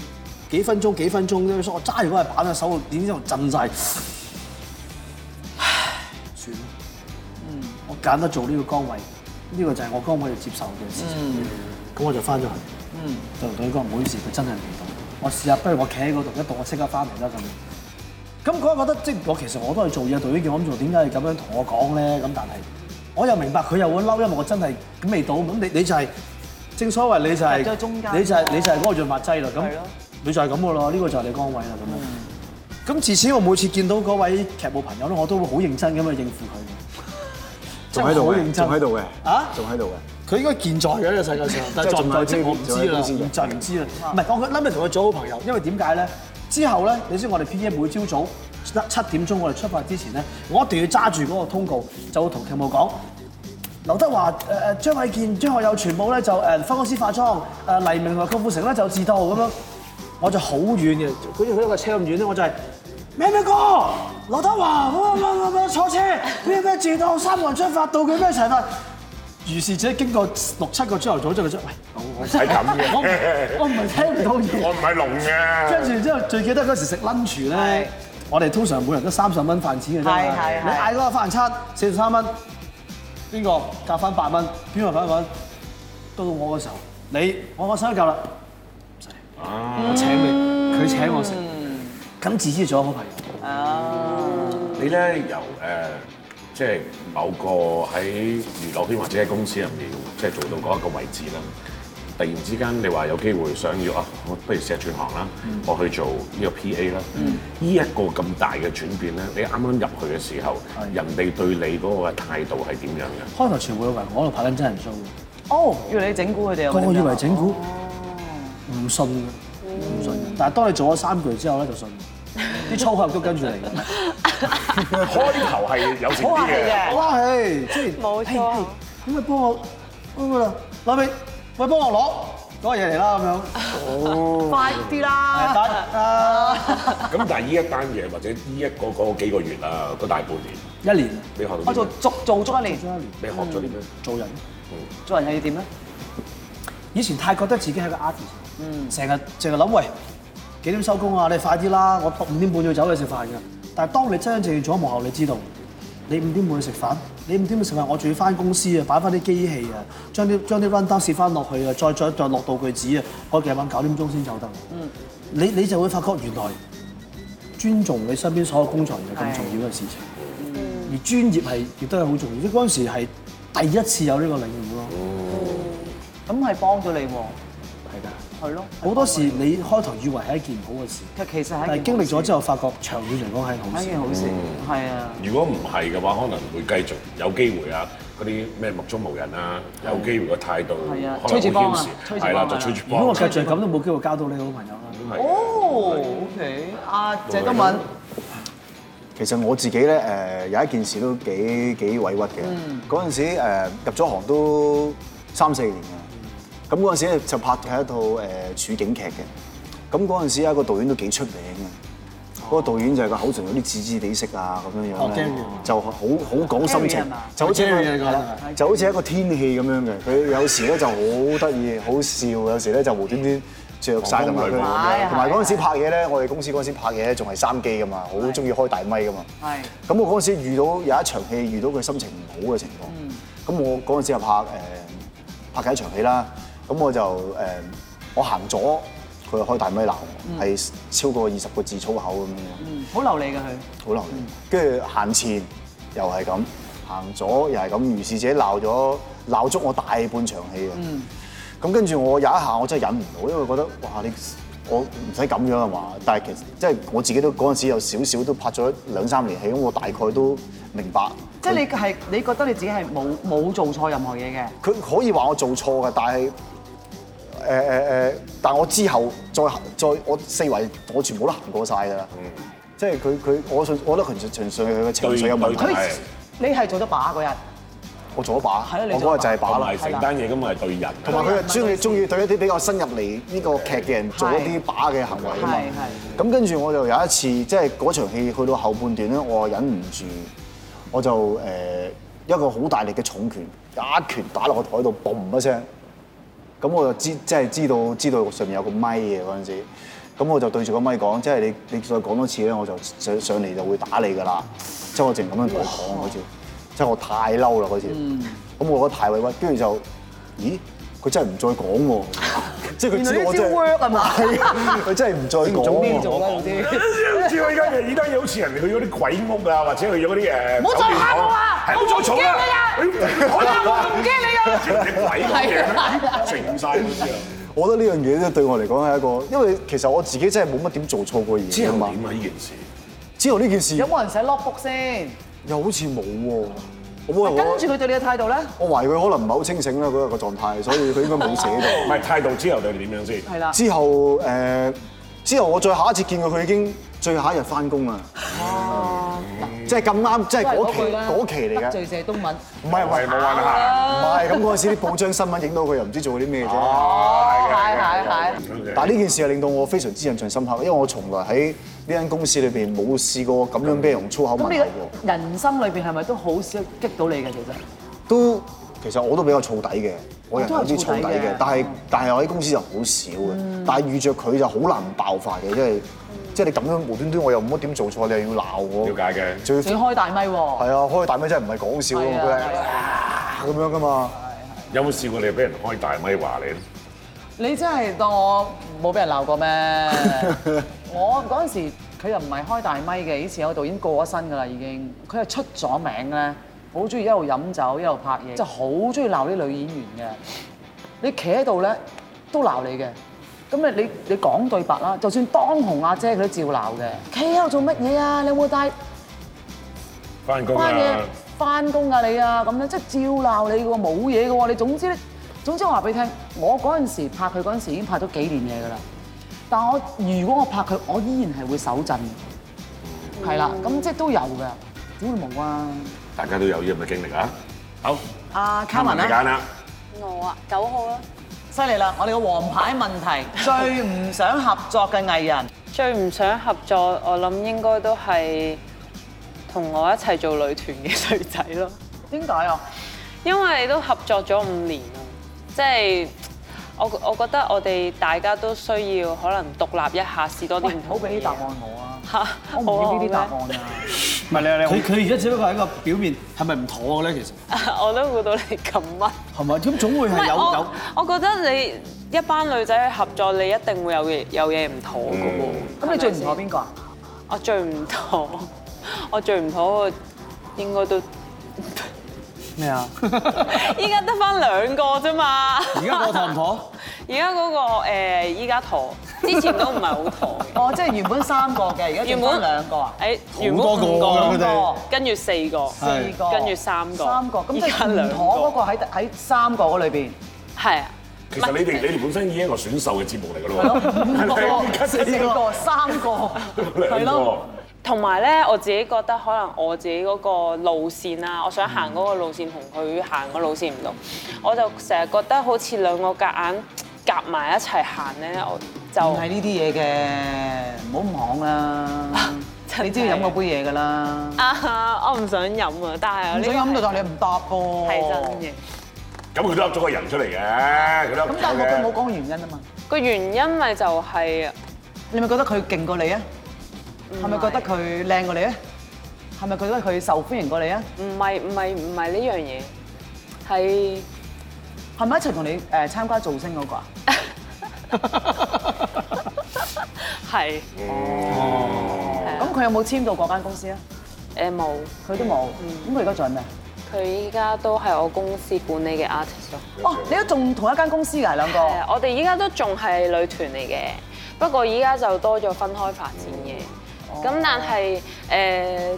Speaker 5: 幾分鐘幾分鐘啫，所以我揸住嗰塊板啊，手點知我震晒。唉算啦，我揀得做呢個崗位，呢、個就係我崗位要接受嘅事情。咁、我就翻咗去，就同佢講唔好意思，佢真係未到，我試下不如我企喺嗰度，一到我即刻翻嚟啦咁樣。咁嗰日覺得即係我其實我都係做嘢，導演叫我咁做，點解你咁樣同我講咧？咁但係我又明白佢又會嬲，因為我真係咁未到，咁你你就係、正所謂你就係、
Speaker 2: 夾咗中間
Speaker 5: 你就係、你就係嗰個潤滑劑啦，咁
Speaker 2: 係咯
Speaker 5: 你就係咁噶啦，呢、個就係你崗位啦咁樣。咁自此我每次見到嗰位劇務朋友咧，我都會好認真咁去應付佢嘅。
Speaker 4: 仲喺
Speaker 5: 真係好
Speaker 4: 度
Speaker 5: 認
Speaker 4: 嘅，
Speaker 5: 真
Speaker 4: 仲喺度嘅，
Speaker 5: 啊
Speaker 4: 仲喺度嘅。
Speaker 5: 佢應該健在嘅呢個世界上，但係在唔在職我唔知啦，唔在唔知啦。唔係，我諗你同佢做好朋友，因為點解咧？之後咧，你知我哋 P.A. 每朝早得七點鐘，我哋出發之前咧，我一定要揸住嗰個通告，就會同劇務講。劉德華、誒、誒張衛健、張學友全部咧就誒分公司化妝，誒、黎明同埋郭富城咧就自導咁樣，我就好遠嘅，好似佢一個車咁遠咧，我就係、咩咩哥、劉德華，乜乜乜乜坐車，咩咩自導三個人出發，到佢咩齊發。如是者經過六七個朝頭早之後，佢就喂，我
Speaker 1: 係咁嘅
Speaker 5: 我唔我唔係聽唔到嘢。
Speaker 1: 我唔係龍嘅
Speaker 5: 跟。住之後最記得嗰時食
Speaker 2: 係
Speaker 5: lunch 咧，我哋通常每人都三十蚊飯錢嘅啫嘛
Speaker 2: 係係係
Speaker 5: 你嗌嗰個飯餐四十三蚊，邊個夾翻八蚊？邊個夾翻八蚊？到到我嘅時候，你我我想夠啦，
Speaker 2: 啊
Speaker 5: 唔使，我請你，佢請我食，咁自知咗好朋友。
Speaker 1: 你咧由誒、呃即係某個喺娛樂圈或者喺公司入面，即係做到嗰一個位置啦。突然之間，你話有機會想要啊，我不如試下轉行啦，
Speaker 5: 嗯
Speaker 1: 我去做呢個 PA 啦。呢一個咁大嘅轉變咧，你啱啱入去嘅時候，人哋對你嗰個態度係點樣嘅？
Speaker 5: 開頭全部以為我喺度拍緊真人 show 嘅。
Speaker 2: 哦，要你整蠱佢哋啊！
Speaker 5: 個個以為整蠱，唔信嘅，唔信嘅。但係當你做咗三句之後咧，就信嘅，啲粗口都跟住嚟嘅。
Speaker 1: 開頭係有成啲嘅，
Speaker 5: 哇嘿，即係
Speaker 6: 冇錯
Speaker 5: 嘿嘿可唔可以幫我？咁啊，攞俾，喂，幫我攞嗰個嘢嚟啦，咁樣。
Speaker 2: 快啲啦！
Speaker 5: 得啊，
Speaker 1: 咁但係呢一單嘢或者呢一個嗰幾個月啊，嗰大半年，
Speaker 5: 一年
Speaker 1: 你學到
Speaker 2: 我
Speaker 1: 啲
Speaker 2: 做
Speaker 1: 咩？
Speaker 2: 足做足一年
Speaker 5: 一，年
Speaker 1: 你學咗啲咩？
Speaker 5: 做人。
Speaker 2: 做人又要點咧？
Speaker 5: 以前太覺得自己係個 artist，成日成日諗喂幾點收工啊？你快啲啦！我五點半要走去食飯㗎。但係當你真真正正做咗幕後，你知道你五點半去食飯，你五點半食飯，我仲要翻公司啊，擺翻啲機器啊，將啲將啲 run down 試翻落去啊，再再再落道具紙啊，我夜晚九點鐘先走得。你你就會發覺原來尊重你身邊所有工作人員係咁重要嘅事情。而專業係亦都係好重要，即係嗰陣時係第一次有呢個領悟咯。
Speaker 2: 咁係幫咗你喎，
Speaker 5: 係㗎，
Speaker 2: 係咯。
Speaker 5: 好多時你開頭以為係一件唔好嘅事，
Speaker 2: 其其實係一件好事
Speaker 5: 但係經歷咗之後，發覺長遠嚟講係好
Speaker 2: 係一
Speaker 5: 事
Speaker 2: 件。好事，係啊。
Speaker 1: 如果唔係嘅話，可能會繼續有機會啊，嗰啲咩目中無人啊，有機會個態度可
Speaker 2: 係啊
Speaker 1: 能
Speaker 2: 吹住幫啊
Speaker 1: 好謙視，
Speaker 2: 吹住
Speaker 1: 係啦，
Speaker 2: 幫
Speaker 1: 就
Speaker 2: 啊
Speaker 1: 吹住
Speaker 5: 如
Speaker 1: 幫。
Speaker 5: 果我繼續係咁，都冇機會交到你好朋友啦。
Speaker 1: 係
Speaker 2: 哦，OK，阿謝東敏，
Speaker 4: 其實我自己咧誒、有一件事都幾幾委屈嘅。
Speaker 5: 嗯
Speaker 4: 嗰陣、時誒、入咗行都三四年嘅，咁嗰陣時咧就拍嘅係一套誒、處境劇嘅。咁嗰陣時有一啊個導演都幾出名嘅，嗰、個導演就係個口唇有啲紫紫地色啊咁樣
Speaker 5: 哦
Speaker 4: 樣咧
Speaker 5: Gary 啊，
Speaker 4: 就好好講心
Speaker 2: Gary 係
Speaker 4: 情
Speaker 2: 嘛，
Speaker 4: 就好似一個
Speaker 5: Gary 啊你講
Speaker 4: 係啦就好似一個天氣咁樣嘅。佢有時咧就好得意，好笑；有時咧就無端端着晒同埋佢
Speaker 1: 狂風雷暴
Speaker 2: 咁樣
Speaker 4: 同埋嗰陣時
Speaker 2: 係係
Speaker 4: 拍嘢咧，我哋公司嗰陣時拍嘢咧仲係三機噶嘛，好中意開大咪噶嘛。
Speaker 2: 係
Speaker 4: 咁我嗰陣時遇到有一場戲，遇到佢心情唔好嘅情況。咁、我嗰陣時又拍誒、拍緊一場戲啦。咁我就誒、呃我行左，佢就開大咪鬧我，係、超過二十個字粗口咁樣，
Speaker 2: 嗯好流利嘅佢，
Speaker 4: 好流利。跟住行前又係咁，行左又係咁，如是者鬧咗鬧足我大半場戲嘅。啊
Speaker 2: 嗯
Speaker 4: 咁跟住我有一下我真係忍唔到，因為覺得哇你我唔使咁樣係嘛？但係其實即係我自己都嗰陣時有少少都拍咗兩三年戲，咁我大概都明白。
Speaker 2: 即係你係你覺得你自己係冇冇做錯任何嘢嘅，
Speaker 4: 佢可以話我做錯嘅，但係誒誒誒，但我之後再行再我四圍我全部都行過晒㗎啦。
Speaker 2: 嗯
Speaker 4: 即係佢佢我純我覺得佢純粹係佢嘅情緒有問題
Speaker 1: 對對，
Speaker 2: 佢
Speaker 1: 係
Speaker 2: 你係做咗靶嗰日，
Speaker 4: 我做咗把，
Speaker 2: 係啊你
Speaker 4: 我
Speaker 2: 做咗把
Speaker 4: 嗰日就係把
Speaker 1: 同
Speaker 4: 啦
Speaker 1: 埋。成單嘢咁係對人啊，
Speaker 4: 同埋佢又中意中意對一啲比較新入嚟呢個劇嘅人做一啲把嘅行為啊嘛
Speaker 2: 係係。
Speaker 4: 咁跟住我就有一次，即係嗰場戲去到後半段咧，我忍唔住，我就誒、一個好大力嘅重拳，一拳打落個台度，嘣一聲。咁我就知即係知道知道上面有個咪嘅嗰陣時，咁我就對住個咪講，即係你你再講多次咧，我就上上嚟就會打你㗎啦。即係我淨咁樣同佢講嗰次，即係我太嬲啦嗰次。咁我覺得太委屈，跟住就，咦？佢真係唔再講喎， 即係佢知道我真係，
Speaker 2: 係嘛？
Speaker 4: 係啊佢真係唔再講
Speaker 2: 邊
Speaker 4: 喎。
Speaker 2: 做啦嗰啲。
Speaker 1: 好似我而家而家嘢好似人哋去嗰啲鬼屋啊，或者去咗嗰啲誒，唔
Speaker 2: 好再嚇我啊
Speaker 1: 係唔好再嘈啦！我
Speaker 2: 我唔驚你啊！
Speaker 1: 知人哋鬼咁嘢，靜晒嗰啲啊！
Speaker 4: 我覺得呢樣嘢咧對我嚟講係一個，因為其實我自己真係冇乜點做錯過嘢
Speaker 1: 之
Speaker 4: 㗎
Speaker 1: 後
Speaker 4: 嘛
Speaker 1: 點。啊？呢件事
Speaker 4: 之後呢件事
Speaker 2: 有冇人寫 logbook 先？
Speaker 4: 又好似冇喎，我
Speaker 2: 跟住佢對你嘅態度咧，
Speaker 4: 我懷疑佢可能唔係好清醒啦，嗰日個狀態，所以佢應該冇寫
Speaker 1: 唔
Speaker 4: 到。
Speaker 1: 係態度之後就點樣先？
Speaker 2: 係啦，
Speaker 4: 之後誒、之後我再下一次見佢，佢已經最後一日翻工啦。
Speaker 2: 哦
Speaker 4: 即係咁啱，即係嗰期嗰期嚟
Speaker 2: 得
Speaker 4: 嘅
Speaker 2: 罪，謝東敏，
Speaker 4: 唔係唔係
Speaker 1: 冇運行。
Speaker 4: 唔係咁嗰陣時啲報章新聞影到佢，又唔知做 啲咩啫。
Speaker 1: 哦，係
Speaker 4: 但係呢件事係令到我非常之印象深刻，因為我從來喺呢間公司裏邊冇試過咁樣俾人用粗口問候
Speaker 2: 咁你
Speaker 4: 過
Speaker 2: 嘅。人生裏邊係咪都好少激到你嘅其實？
Speaker 4: 都其實我都比較燥底嘅，我人有啲
Speaker 2: 我
Speaker 4: 燥
Speaker 2: 都係燥
Speaker 4: 底
Speaker 2: 底嘅嗯
Speaker 4: 嘅，但係但係我喺公司就好少嘅，但係遇着佢就好難爆發嘅，因為即係你咁樣無端端我又冇乜點做錯，你又要鬧我，
Speaker 1: 了解嘅
Speaker 4: 最
Speaker 2: 仲要開大咪喎，
Speaker 4: 係啊，開大咪真係唔係講笑㗎嘛，
Speaker 2: 係
Speaker 4: 佢
Speaker 2: 啊係
Speaker 4: 係啊咁樣㗎嘛，
Speaker 1: 有冇試過你俾人開大咪話你咧？
Speaker 2: 你真係當我冇俾人鬧過咩？我嗰陣時佢又唔係開大咪嘅，以前有個導演過咗身㗎啦已經，佢係出咗名咧，好中意一路飲酒一路拍嘢，就好中意鬧啲女演員嘅。你企喺度咧都鬧你嘅。咁你你你講對白啦，就算當紅阿姐佢都照鬧嘅。企喺度做乜嘢啊？你有冇帶
Speaker 1: 翻工
Speaker 2: 翻嘢
Speaker 1: 啊！
Speaker 2: 翻工啊你啊咁樣，即係照鬧你嘅喎，冇嘢嘅喎。你總之咧，總之我話俾你聽，我嗰陣時拍佢嗰陣時已經拍咗幾年嘢㗎啦。但我如果我拍佢，我依然係會手震嘅，係啦。咁即係都有㗎，點會冇啊？
Speaker 1: 大家都有呢咁嘅經歷啊！嗯好，
Speaker 2: 阿
Speaker 1: 卡文你揀啦，
Speaker 6: 我啊，九號啦。
Speaker 2: 啊犀利啦！我哋嘅王牌問題， 最唔想合作嘅藝人，
Speaker 6: 最唔想合作，我諗應該都係同我一齊做女團嘅女仔咯，
Speaker 2: 點解啊？
Speaker 6: 因為都合作咗五年啦，即係我我覺得我哋大家都需要可能獨立一下，試多啲
Speaker 2: 喂，
Speaker 6: 唔
Speaker 2: 唔好
Speaker 6: 同嘅
Speaker 2: 俾
Speaker 6: 嘢
Speaker 2: 啲答案我啊！我
Speaker 6: 嚇，
Speaker 2: 唔要呢啲答
Speaker 6: 好啊
Speaker 2: 案啊！
Speaker 5: 唔係你你佢佢而家只不過係一個表面係咪唔妥嘅咧？其實
Speaker 6: 好咩我都估到你咁乜。
Speaker 5: 係咪？咁總會
Speaker 6: 唔
Speaker 5: 係
Speaker 6: 係
Speaker 5: 有有
Speaker 6: 我，我覺得你一班女仔去合作，你一定會有嘢有嘢唔妥嘅喎。
Speaker 1: 嗯
Speaker 2: 咁你最唔妥邊個啊？
Speaker 6: 我最唔妥， 我最唔妥，應該都
Speaker 5: 咩啊？
Speaker 6: 依家得翻兩個啫嘛。
Speaker 5: 而家我妥唔妥？
Speaker 6: 而家嗰個誒依家陀，之前都唔係好妥嘅。
Speaker 2: 哦，即係原本三個嘅，而家
Speaker 6: 原
Speaker 2: 剩
Speaker 6: 本
Speaker 2: 翻兩個啊，
Speaker 6: 誒，原本五
Speaker 5: 好多個㗎佢
Speaker 6: 個，
Speaker 5: 哋
Speaker 6: 跟住四個，
Speaker 2: 四個，
Speaker 6: 跟住三個
Speaker 2: 三個，咁即
Speaker 6: 依家
Speaker 2: 係唔
Speaker 6: 兩
Speaker 2: 妥嗰個喺喺三個嗰裏邊。
Speaker 6: 係啊。
Speaker 1: 其實你哋你哋本身已經係一個選秀嘅節目嚟㗎咯喎，
Speaker 2: 五個
Speaker 1: 係咪
Speaker 2: 四個、三個，係
Speaker 1: 兩個
Speaker 2: 咯。
Speaker 6: 同埋咧，我自己覺得可能我自己嗰個路線啊，我想行嗰個路線同佢行個路線唔同，我就成日覺得好似兩個夾硬夾埋一齊行咧，我就
Speaker 2: 唔係呢啲嘢嘅，唔好唔講 啦。你知要飲嗰杯嘢㗎啦，
Speaker 6: 啊，我唔想飲啊，但
Speaker 2: 唔
Speaker 6: 係呢
Speaker 2: 想飲到但係你唔答噃。
Speaker 6: 係真嘅。
Speaker 1: 咁佢都噏咗個人出嚟嘅，佢都噏咗嘅
Speaker 2: 咁但係佢冇講原因啊嘛，
Speaker 6: 個原因咪就係
Speaker 2: 你咪覺得佢勁過你啊？係咪覺得佢靚過你啊？係咪覺得佢受歡迎過你啊？
Speaker 6: 唔係唔係唔係呢樣嘢，係
Speaker 2: 係咪一齊同你誒參加造星嗰個啊？
Speaker 6: 係
Speaker 2: 咁佢有冇簽到嗰間公司啊？
Speaker 6: 誒冇，
Speaker 2: 佢都冇。
Speaker 6: 嗯
Speaker 2: 咁佢而家做緊咩？啊
Speaker 6: 佢依家都係我公司管理嘅 artist 咯。
Speaker 2: 哦，你都仲同一間公司㗎兩個。
Speaker 6: 誒，我哋依家都仲係女團嚟嘅，不過依家就多咗分開發展嘅。咁、但係誒、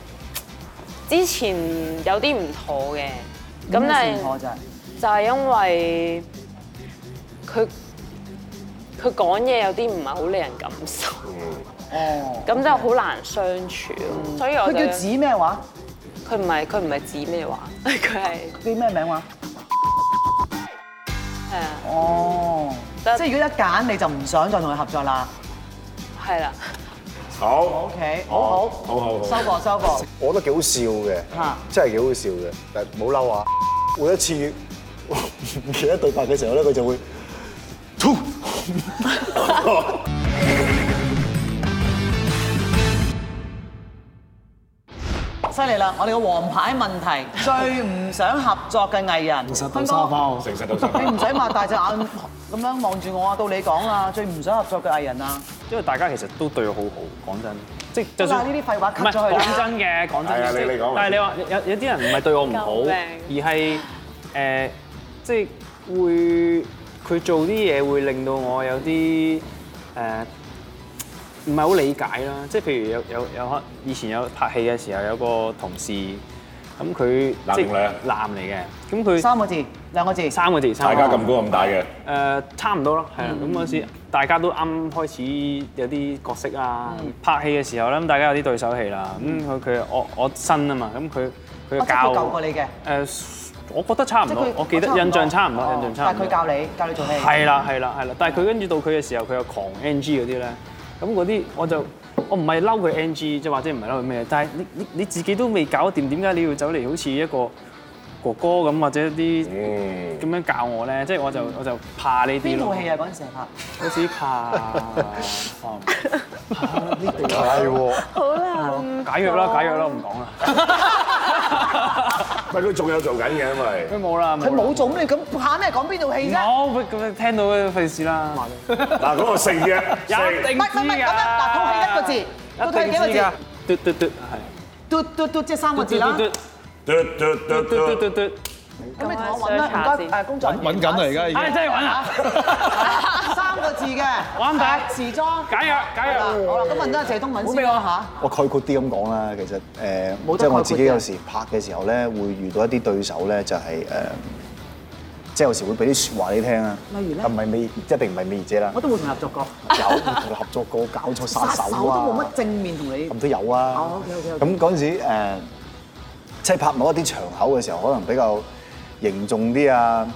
Speaker 6: 之前有啲唔妥嘅，咁但係
Speaker 2: 我就係
Speaker 6: 就係因為佢佢講嘢有啲唔係好令人感受，
Speaker 2: 哦，
Speaker 6: 咁就好難相處咯。所以我
Speaker 2: 嗯佢
Speaker 6: 就
Speaker 2: 叫指咩話？
Speaker 6: 佢唔係佢唔係指 咩話，佢係
Speaker 2: 叫咩名話？
Speaker 6: 係啊
Speaker 2: 哦，
Speaker 6: 得
Speaker 2: 即係如果一揀你就唔想再同佢合作啦。
Speaker 6: 係啦，
Speaker 1: 好
Speaker 2: OK，好好
Speaker 1: 好好好
Speaker 2: 收貨收貨。
Speaker 4: 我覺得幾好笑嘅
Speaker 2: 嚇，
Speaker 4: 真係幾好笑嘅。但係冇嬲啊！每一次 我唔記得對白嘅時候咧，佢就會吐。
Speaker 2: 犀利啦！我哋個王牌問題， 最唔想合作嘅藝人，
Speaker 5: 其實豆沙包
Speaker 1: 誠實到實
Speaker 2: 你唔使擘大隻眼咁樣望住我啊！到你講啦，最唔想合作嘅藝人啊！
Speaker 3: 因為大家其實都對我好好，講真，即係就
Speaker 2: 嗱，
Speaker 3: 算
Speaker 2: 呢啲廢話
Speaker 3: 唔
Speaker 2: cut 咗
Speaker 3: 係
Speaker 2: 佢
Speaker 3: 講
Speaker 2: 啦。
Speaker 3: 真嘅，講真
Speaker 1: 係啊
Speaker 3: 嘅，
Speaker 1: 你你講
Speaker 3: 但係你話有有啲人唔係對我唔好，
Speaker 6: 救命
Speaker 3: 而係誒即係會佢做啲嘢會令到我有啲誒唔係好理解啦。即係譬如有有有可以前有拍戲嘅時候有個同事咁佢
Speaker 1: 男
Speaker 3: 即係
Speaker 1: 定女啊
Speaker 3: 男嚟嘅，咁佢
Speaker 2: 三個字，兩個字。哦
Speaker 3: 三個字，三
Speaker 1: 大
Speaker 3: 個
Speaker 1: 家
Speaker 3: 字
Speaker 1: 咁高咁大嘅，
Speaker 3: 誒、差唔多咯，係啊，
Speaker 2: 嗯
Speaker 3: 咁嗰時大家都啱開始有啲角色啊，
Speaker 2: 嗯
Speaker 3: 拍戲嘅時候咧，咁大家有啲對手戲啦，咁佢佢我我新啊嘛，咁佢佢
Speaker 2: 我嗯哦即
Speaker 3: 就
Speaker 2: 係
Speaker 3: 教
Speaker 2: 佢教過你嘅，
Speaker 3: 誒，我覺得差唔
Speaker 2: 即係
Speaker 3: 多
Speaker 2: 佢，
Speaker 3: 我記得
Speaker 2: 唔多
Speaker 3: 印象差唔多，
Speaker 2: 哦
Speaker 3: 印象差
Speaker 2: 但
Speaker 3: 唔多。
Speaker 2: 係佢教你，教你做戲。
Speaker 3: 係啦係啦係啦，但係佢跟住到佢嘅時候，佢又狂 NG 嗰啲咧，咁嗰啲我就我唔係嬲佢 NG，即係或者唔係嬲佢咩，但係你你你自己都未搞掂，點解你要走嚟好似一個哥哥咁或者啲
Speaker 1: 嗯，
Speaker 3: 咁樣教我咧？即係我就我就怕呢啲
Speaker 2: 邊套
Speaker 3: 咯。
Speaker 2: 戲啊？嗰陣時拍。
Speaker 3: 好似怕
Speaker 4: 係喎，
Speaker 3: 解約啦，解約啦，唔講啦。
Speaker 1: 唔係佢仲有做緊嘅，因為
Speaker 3: 佢冇啦，
Speaker 2: 佢冇
Speaker 3: 啦。
Speaker 2: 做咩？咁怕咩講邊套戲啫？
Speaker 3: 冇，佢佢聽到佢費事啦。
Speaker 1: 嗱嗰個四嘅，
Speaker 3: 一
Speaker 1: 四
Speaker 3: 定
Speaker 2: 唔係唔係唔係咁樣，嗱套戲一個字，套戲
Speaker 3: 一
Speaker 2: 幾個
Speaker 3: 定知㗎
Speaker 2: 字？。
Speaker 3: 嘟嘟嘟係。
Speaker 2: 嘟嘟嘟即係三個字
Speaker 1: 嘟
Speaker 2: 啦。
Speaker 1: 嘟嘟
Speaker 3: 嘟嘟
Speaker 1: 嘟
Speaker 3: 嘟嘟嘟。
Speaker 2: 咁你同我揾啦，唔該誒工作人員
Speaker 5: 揾緊啊而家已經
Speaker 3: 唉，真係揾啊！
Speaker 2: 三個字嘅，
Speaker 3: 玩唔大
Speaker 2: 誒時裝。
Speaker 3: 解約解
Speaker 2: 係啦，
Speaker 3: 約。
Speaker 2: 好啦，咁問咗謝東閔先啦
Speaker 4: 我概括啲咁講啦，其實誒，
Speaker 2: 冇
Speaker 4: 即
Speaker 2: 得概括
Speaker 4: 係
Speaker 2: 嘅
Speaker 4: 我自己有時拍嘅時候咧，會遇到一啲對手咧，就係誒，即係有時會俾啲説話你聽啊。
Speaker 2: 例如咧
Speaker 4: 啊唔係美，一定唔係美兒姐啦
Speaker 2: 嚇，我，都冇同你合作過，
Speaker 4: 有同佢合作過，搞錯殺
Speaker 2: 殺
Speaker 4: 手啊。
Speaker 2: 手都冇乜正面同你
Speaker 4: 咁。都有啊
Speaker 2: 哦。，OK，OK，OK
Speaker 4: 咁嗰陣時誒，即係拍某一啲場口嘅時候，可能比較凝重啲啊，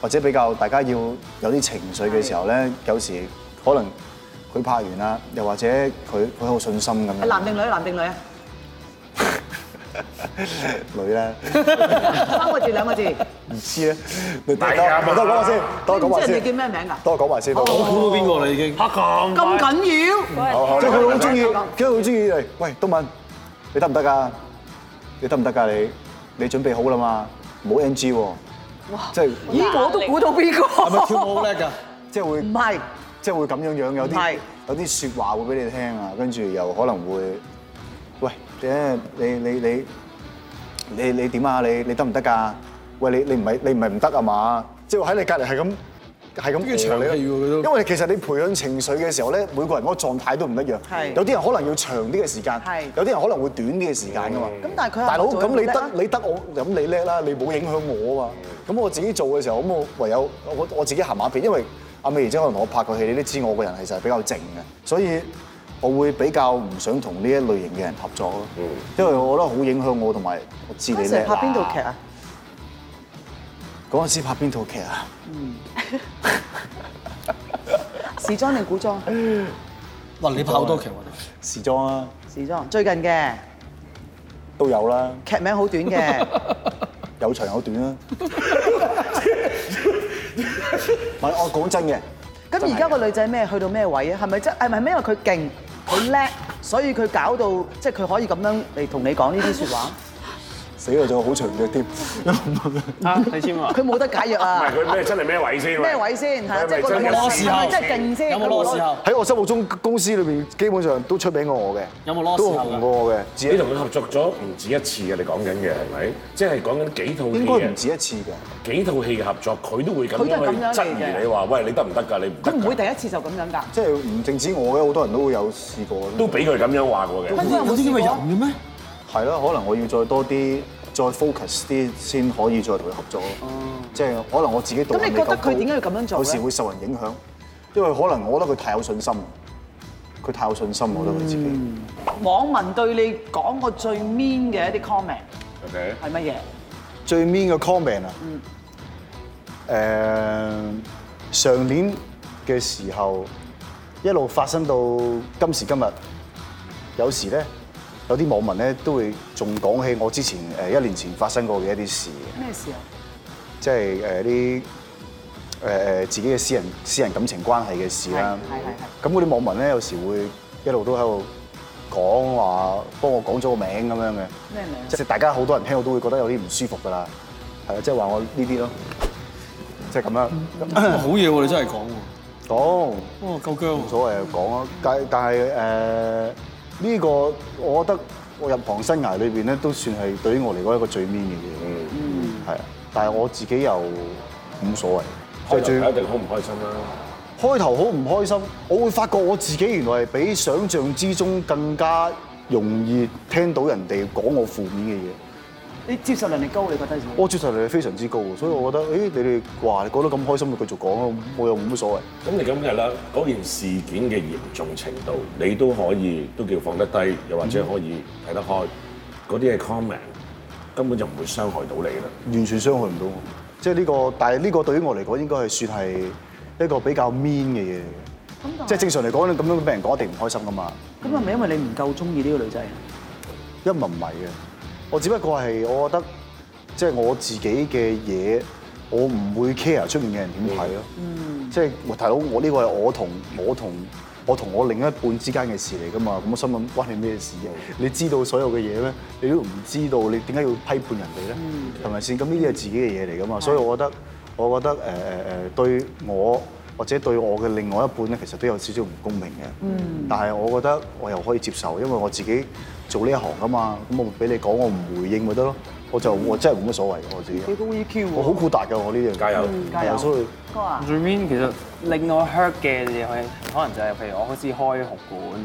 Speaker 4: 或者比較大家要有啲情緒嘅時候咧，有時可能佢拍完啦，又或者佢佢好信心咁
Speaker 2: 係
Speaker 4: 樣，
Speaker 2: 男定女？男 定女啊？
Speaker 4: 女咧
Speaker 2: 三個字兩個字，你
Speaker 4: 唔知咧，你
Speaker 1: 大家嘛
Speaker 4: 多多講下先，多講
Speaker 2: 唔
Speaker 4: 話
Speaker 2: 知人哋叫
Speaker 4: 先，
Speaker 2: 咩名㗎？
Speaker 4: 多講話先，多講
Speaker 5: 我
Speaker 4: 埋先
Speaker 5: 估到邊個啦已經？
Speaker 3: 嚇咁
Speaker 2: 咁
Speaker 3: 緊。
Speaker 2: 緊要？
Speaker 4: 即係佢好中意，佢好中意嚟，喂，東敏，你得唔得㗎？你得唔得㗎？你你準備好啦嘛，唔好 NG 喎，即係
Speaker 2: 咦，我都估到邊
Speaker 5: 係咪跳
Speaker 2: 個？
Speaker 5: 舞好叻㗎？
Speaker 4: 即係會
Speaker 2: 唔。係，
Speaker 4: 即係會咁樣樣，有
Speaker 2: 唔係
Speaker 4: 啲有啲説話會俾你聽啊，跟住又可能會，喂，誒你你你你你點啊？你你得唔得㗎？喂，你你唔係你唔係唔得啊嘛？即係喺你隔離係咁係咁
Speaker 5: 跟住長氣喎佢都
Speaker 4: 因為其實你培養情緒嘅時候咧，每個人嗰個狀態都唔一樣
Speaker 2: 係。
Speaker 4: 有啲人可能要長啲嘅時間
Speaker 2: 係，
Speaker 4: 有啲人可能會短啲嘅時間噶嘛。
Speaker 2: 咁但係佢係咪
Speaker 4: 大佬
Speaker 2: 做
Speaker 4: 咁
Speaker 2: 得
Speaker 4: 你
Speaker 2: 叻
Speaker 4: 得
Speaker 2: 啊
Speaker 4: 你得我咁你叻啦，你冇影響我啊嘛。咁我自己做嘅時候，咁我唯有我我自己行馬屁，因為阿美儀姐可能同我拍過戲，你都知我個人其實係比較靜嘅，所以。我會比較唔想同呢一類型嘅人合作咯，因為我覺得好影響我，同埋我知你
Speaker 2: 嗰陣
Speaker 4: 叻
Speaker 2: 時
Speaker 4: 啦
Speaker 2: 拍邊套劇啊？
Speaker 4: 嗰陣時拍邊套劇啊？
Speaker 2: 時裝定古裝？
Speaker 5: 哇！你拍好多劇喎，
Speaker 4: 時裝啊，
Speaker 2: 時裝最近嘅
Speaker 4: 都有啦，
Speaker 2: 劇名好短嘅，
Speaker 4: 有長有短啊啦。唔係，我講真嘅，
Speaker 2: 咁而家個女仔咩去到咩位啊？係咪真係咪因為佢勁佢叻，所以佢搞到即係佢可以咁樣嚟同你講呢啲説話？
Speaker 4: 死咗仲好長腳添。
Speaker 3: 啊，你簽啊！
Speaker 2: 佢冇得解藥啊！
Speaker 1: 佢咩真係咩位先？
Speaker 2: 咩位先？係啊即係個
Speaker 1: 真
Speaker 2: 女
Speaker 1: 係
Speaker 2: 仔
Speaker 1: 有
Speaker 5: 時候
Speaker 2: 係咪真係勁先？
Speaker 5: 有冇攞時候？
Speaker 4: 喺我心目中，公司裏邊基本上都出名過我嘅，
Speaker 5: 有
Speaker 2: 啊
Speaker 5: 冇 loss
Speaker 4: 都
Speaker 5: 後㗎
Speaker 4: 紅過我嘅，
Speaker 1: 你同佢合作咗唔止一次嘅，你講緊嘅係咪？即係講緊幾套戲
Speaker 4: 應該唔
Speaker 1: 嘅，
Speaker 4: 止一次嘅。
Speaker 1: 幾套戲嘅合作，佢都會咁
Speaker 2: 佢都係
Speaker 1: 樣
Speaker 2: 咁
Speaker 1: 去
Speaker 2: 樣嚟嘅
Speaker 1: 質疑你話：喂，你得唔得㗎？你唔得
Speaker 2: 佢唔會
Speaker 1: 㗎，
Speaker 2: 第一次就咁樣㗎。
Speaker 4: 即係唔淨止我嘅，好多人都會有試過。
Speaker 1: 都俾佢咁樣話過嘅。
Speaker 2: 坤哥有
Speaker 5: 有
Speaker 2: 冇
Speaker 5: 啲咁
Speaker 2: 試
Speaker 5: 嘅
Speaker 2: 過？
Speaker 5: 人嘅咩？
Speaker 4: 係啦，可能我要再多啲，再 focus 啲，先可以再同佢合作咯。即係可能我自己度
Speaker 2: 哦咁你覺得佢點解要咁樣做
Speaker 4: 有
Speaker 2: 咧
Speaker 4: 時會受人影響，因為可能我覺得佢太有信心，佢太有信心，我覺得佢自己。
Speaker 2: 嗯網民對你講過最 mean 嘅一啲 comment
Speaker 1: OK，
Speaker 2: 係乜嘢？
Speaker 4: 最 mean 嘅 comment 啊，誒、上年嘅時候一路發生到今時今日，有時咧有啲網民咧都會仲講起我之前誒一年前發生過嘅一啲事嘅。
Speaker 2: 咩事啊？
Speaker 4: 即係誒啲誒誒自己嘅私人私人感情關係嘅事啦。
Speaker 2: 係
Speaker 4: 咁嗰啲網民咧，有時會一路都喺度講話，幫我講咗個名咁樣嘅。
Speaker 2: 咩名啊
Speaker 4: 即係大家好多人聽，我都會覺得有啲唔舒服㗎啦。係啦，即係話我呢啲咯，即係咁樣
Speaker 5: 好嘢喎！你真係講喎，
Speaker 4: 講。
Speaker 5: 哇夠姜喎
Speaker 4: 冇！所謂講啊，但但係誒呢個，我覺得我入行生涯裏邊咧，都算係對於我嚟講一個最 mean 嘅嘢。嗯，係啊，但係我自己又冇所謂，即
Speaker 1: 開
Speaker 4: 係
Speaker 1: 頭
Speaker 4: 最
Speaker 1: 一定好唔開心啦。
Speaker 4: 開頭好唔開心，我會發覺我自己原來係比想象之中更加容易聽到人哋講我負面嘅嘢。
Speaker 2: 你接受能力高，你覺得自己？
Speaker 4: 我接受能力非常之高喎，所以我覺得，誒、你哋話你講得咁開心，就繼續講咯，我又冇乜所謂。
Speaker 1: 咁你咁嘅啦，嗰件事件嘅嚴重程度，你都可以都叫放得低，又或者可以睇得開。嗰啲嘅 comment 根本就唔會傷害到你啦。
Speaker 4: 完全傷害唔到我。即係呢個，但係呢個對於我嚟講應該係算係一個比較 mean 嘅嘢嚟嘅。即係正常嚟講，你咁樣俾人講一定唔開心噶嘛。
Speaker 2: 咁係咪因為你唔夠中意呢個女仔？
Speaker 4: 一唔唔係嘅，我只不過係我覺得，即係我自己嘅嘢，我唔會 care 出面嘅人點睇咯。即係喂大佬，我呢個係我同我同我同我另一半之間嘅事嚟㗎嘛。咁我心諗關你咩事啊？你知道所有嘅嘢咩？你都唔知道，你點解要批判人哋咧？係咪先？咁呢啲係自己嘅嘢嚟㗎嘛。所以我覺得，我覺得誒誒誒對我。或者對我嘅另外一半咧，其實都有少少唔公平嘅。
Speaker 2: 嗯
Speaker 4: 但係我覺得我又可以接受，因為我自己做呢一行㗎嘛。咁我咪俾你講，我唔回應咪得咯。我就
Speaker 2: 嗯
Speaker 4: 我真係冇乜所謂嘅，我自己。
Speaker 2: 幾高 EQ 喎！
Speaker 4: 我好豁達㗎，我呢樣。
Speaker 1: 加油！
Speaker 2: 啊加油
Speaker 4: 所以
Speaker 2: 哥啊！
Speaker 3: 最 mean 其實令我 hurt 嘅嘢係可能就係譬如我開始開紅館，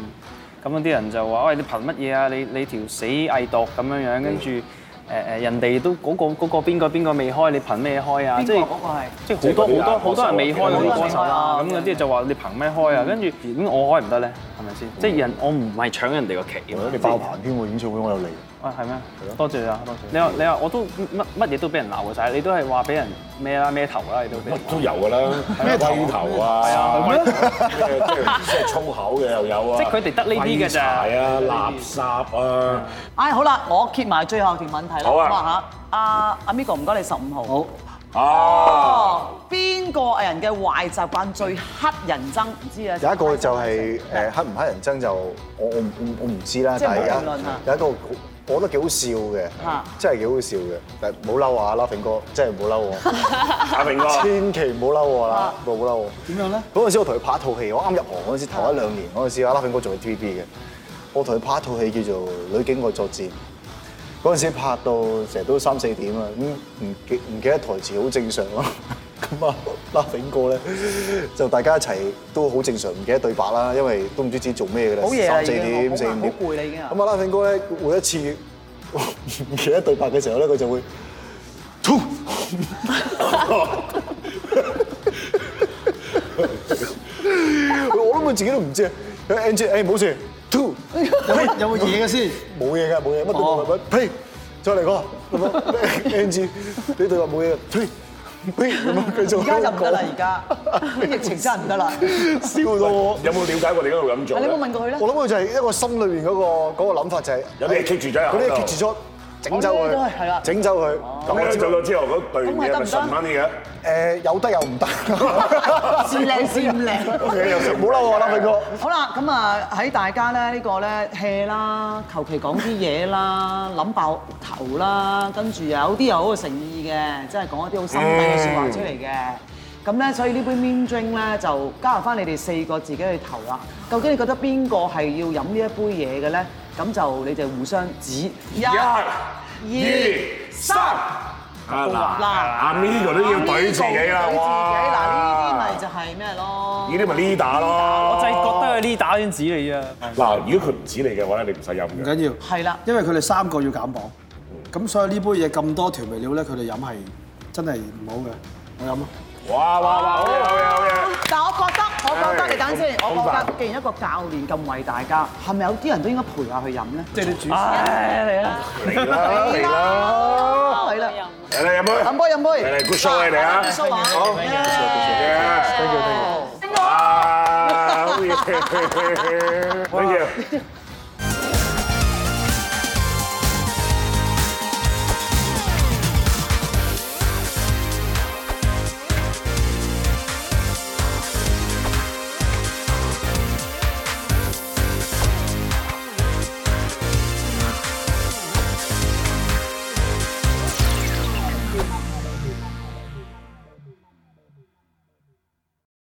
Speaker 3: 咁有啲人就話：喂，你憑乜嘢啊？你你條死偽毒咁樣樣，跟住誒誒人哋都嗰個嗰個邊個邊個未開，你憑咩開啊？
Speaker 2: 邊個嗰個係？
Speaker 3: 即係好多好多好多人未開嗰啲歌手啦，
Speaker 2: 好多人
Speaker 3: 咁
Speaker 2: 未開
Speaker 3: 嗰啲就話你憑咩開啊？跟住咁我開唔得咧，係咪先？即係人我唔係搶人哋個旗啊嘛，
Speaker 4: 你爆棚添喎，演唱會我有嚟。
Speaker 3: 啊，係咩？多謝你啊，多謝你。你話你話我都乜乜嘢都俾人鬧過晒，你都係話俾人咩啦咩頭啦，你都俾人
Speaker 1: 乜
Speaker 3: 鬧。
Speaker 1: 都有㗎啦，咩頭啊，咩即係即係粗口嘅又有啊，
Speaker 3: 即係佢哋得呢啲嘅咋
Speaker 1: 廢柴啊，垃圾啊，
Speaker 2: 唉，好啦，我揭埋最後條問題啦，
Speaker 1: 好啊
Speaker 2: 嚇！啊阿阿 Migo，唔該你十五號。
Speaker 5: 好，
Speaker 1: 啊！
Speaker 2: 哦，邊個藝人嘅壞習慣最黑人憎？唔知啊。
Speaker 4: 有一個就係誒黑唔黑人憎就我我唔我唔知啦，
Speaker 2: 即係
Speaker 4: 但
Speaker 2: 冇
Speaker 4: 係
Speaker 2: 評論啊
Speaker 4: 有一個我覺得幾好笑嘅
Speaker 2: 嚇，
Speaker 4: 真係幾好笑嘅，但係冇嬲我啊，Laughing 哥，真係冇嬲我，
Speaker 1: 阿明哥，
Speaker 4: 千祈唔好嬲我
Speaker 2: 啊
Speaker 4: 啦，冇嬲我。
Speaker 5: 點樣咧？
Speaker 4: 嗰陣時我同佢拍一套戲，我啱入行嗰陣時頭一兩年嗰陣時，阿 Laughing 哥做緊 TVB 嘅，我同佢拍一套戲叫做《女警愛作戰》。嗰陣時拍到成日都三四點啊，咁唔記唔記得台詞好正常咯。咁 咁啊，Laughing 哥咧就大家一齊都好正常，唔記得對白啦，因為都唔知自己做咩嘅
Speaker 2: 好夜
Speaker 4: 咧，
Speaker 2: 啦
Speaker 4: 三四
Speaker 2: 啊已經
Speaker 4: 點、
Speaker 2: 好
Speaker 4: 四五點，
Speaker 2: 好攰啦已經啊
Speaker 4: 咁啊，Laughing 哥咧每一次 唔記得對白嘅時候咧，佢就會 我諗佢自己都唔知啊。NG，誒冇事，two
Speaker 5: 有冇有冇嘢嘅先？
Speaker 4: 冇嘢㗎，冇嘢，乜都冇
Speaker 5: 哦
Speaker 4: 嘅。呸！再嚟過咁樣 NG，你對話冇嘢嘅，呸！呸咁樣繼續。
Speaker 2: 而家就唔得啦，而家疫情真係唔得啦。啊
Speaker 4: 笑到我。
Speaker 1: 有冇了解過你嗰度咁做
Speaker 2: 你
Speaker 1: 咧
Speaker 2: 有冇問過佢咧？
Speaker 4: 我諗佢就係一個心裏面嗰個嗰個諗法就係
Speaker 1: 有啲嘢棘住咗喺
Speaker 4: 嗰啲
Speaker 1: 口
Speaker 4: 嘢
Speaker 1: 度
Speaker 4: 棘住咗，整走
Speaker 2: 我呢啲都係係啦
Speaker 4: 佢，整走佢。
Speaker 1: 咁
Speaker 4: 我
Speaker 1: 樣
Speaker 4: 知道
Speaker 1: 做到之後，嗰對嘢咪順翻啲嘅。
Speaker 4: 誒有得又唔得，
Speaker 2: 是靚是唔靚？
Speaker 4: 冇啦我啦，明哥。
Speaker 2: 好啦，咁啊喺大家咧呢個咧 hea 啦，求其講啲嘢啦，諗爆頭啦，跟住有啲又好有誠意嘅，真係講一啲好心底嘅説話出嚟嘅。咁咧，所以呢杯 mean drink 咧就加入翻你哋四個自己去投啦。究竟你覺得邊個係要飲呢一杯嘢嘅咧？咁就你哋互相指一
Speaker 1: 一、二、三。啊嗱，阿 Migo
Speaker 2: 啊
Speaker 1: 都要懟自己啦，
Speaker 2: 哇！
Speaker 1: 哇！
Speaker 2: 自己嗱，呢啲咪就係咩咯？
Speaker 1: 呢啲咪 leader 咯。
Speaker 3: 我就係覺得佢呢打先指你啊啫。
Speaker 1: 嗱，如果佢唔指你嘅話咧，你唔使飲
Speaker 5: 唔
Speaker 1: 嘅。
Speaker 5: 緊要，
Speaker 2: 係啦
Speaker 5: 因為佢哋三個要減磅，咁所以呢杯嘢咁多調味料咧，佢哋飲係真係唔好嘅。我飲啊咯，
Speaker 1: 哇哇哇！好嘢好嘢好 嘢！
Speaker 2: 但我覺得，我覺得
Speaker 1: 唉
Speaker 2: 你等先，
Speaker 1: 哎好
Speaker 2: 我覺
Speaker 1: 煩
Speaker 2: 得既然一個教練咁為大家，係咪有啲人都應該陪下佢飲咧？
Speaker 5: 即係啲主
Speaker 2: 嚟啦，
Speaker 1: 嚟啦嚟啦！
Speaker 2: 係啦，
Speaker 1: 嚟啦飲杯，
Speaker 2: 飲杯飲
Speaker 1: 嚟
Speaker 2: 杯
Speaker 1: 嚟 good show 你哋啊！
Speaker 2: ，good show 啊！
Speaker 1: 好，thank you thank you。哇！好嘢，thank you。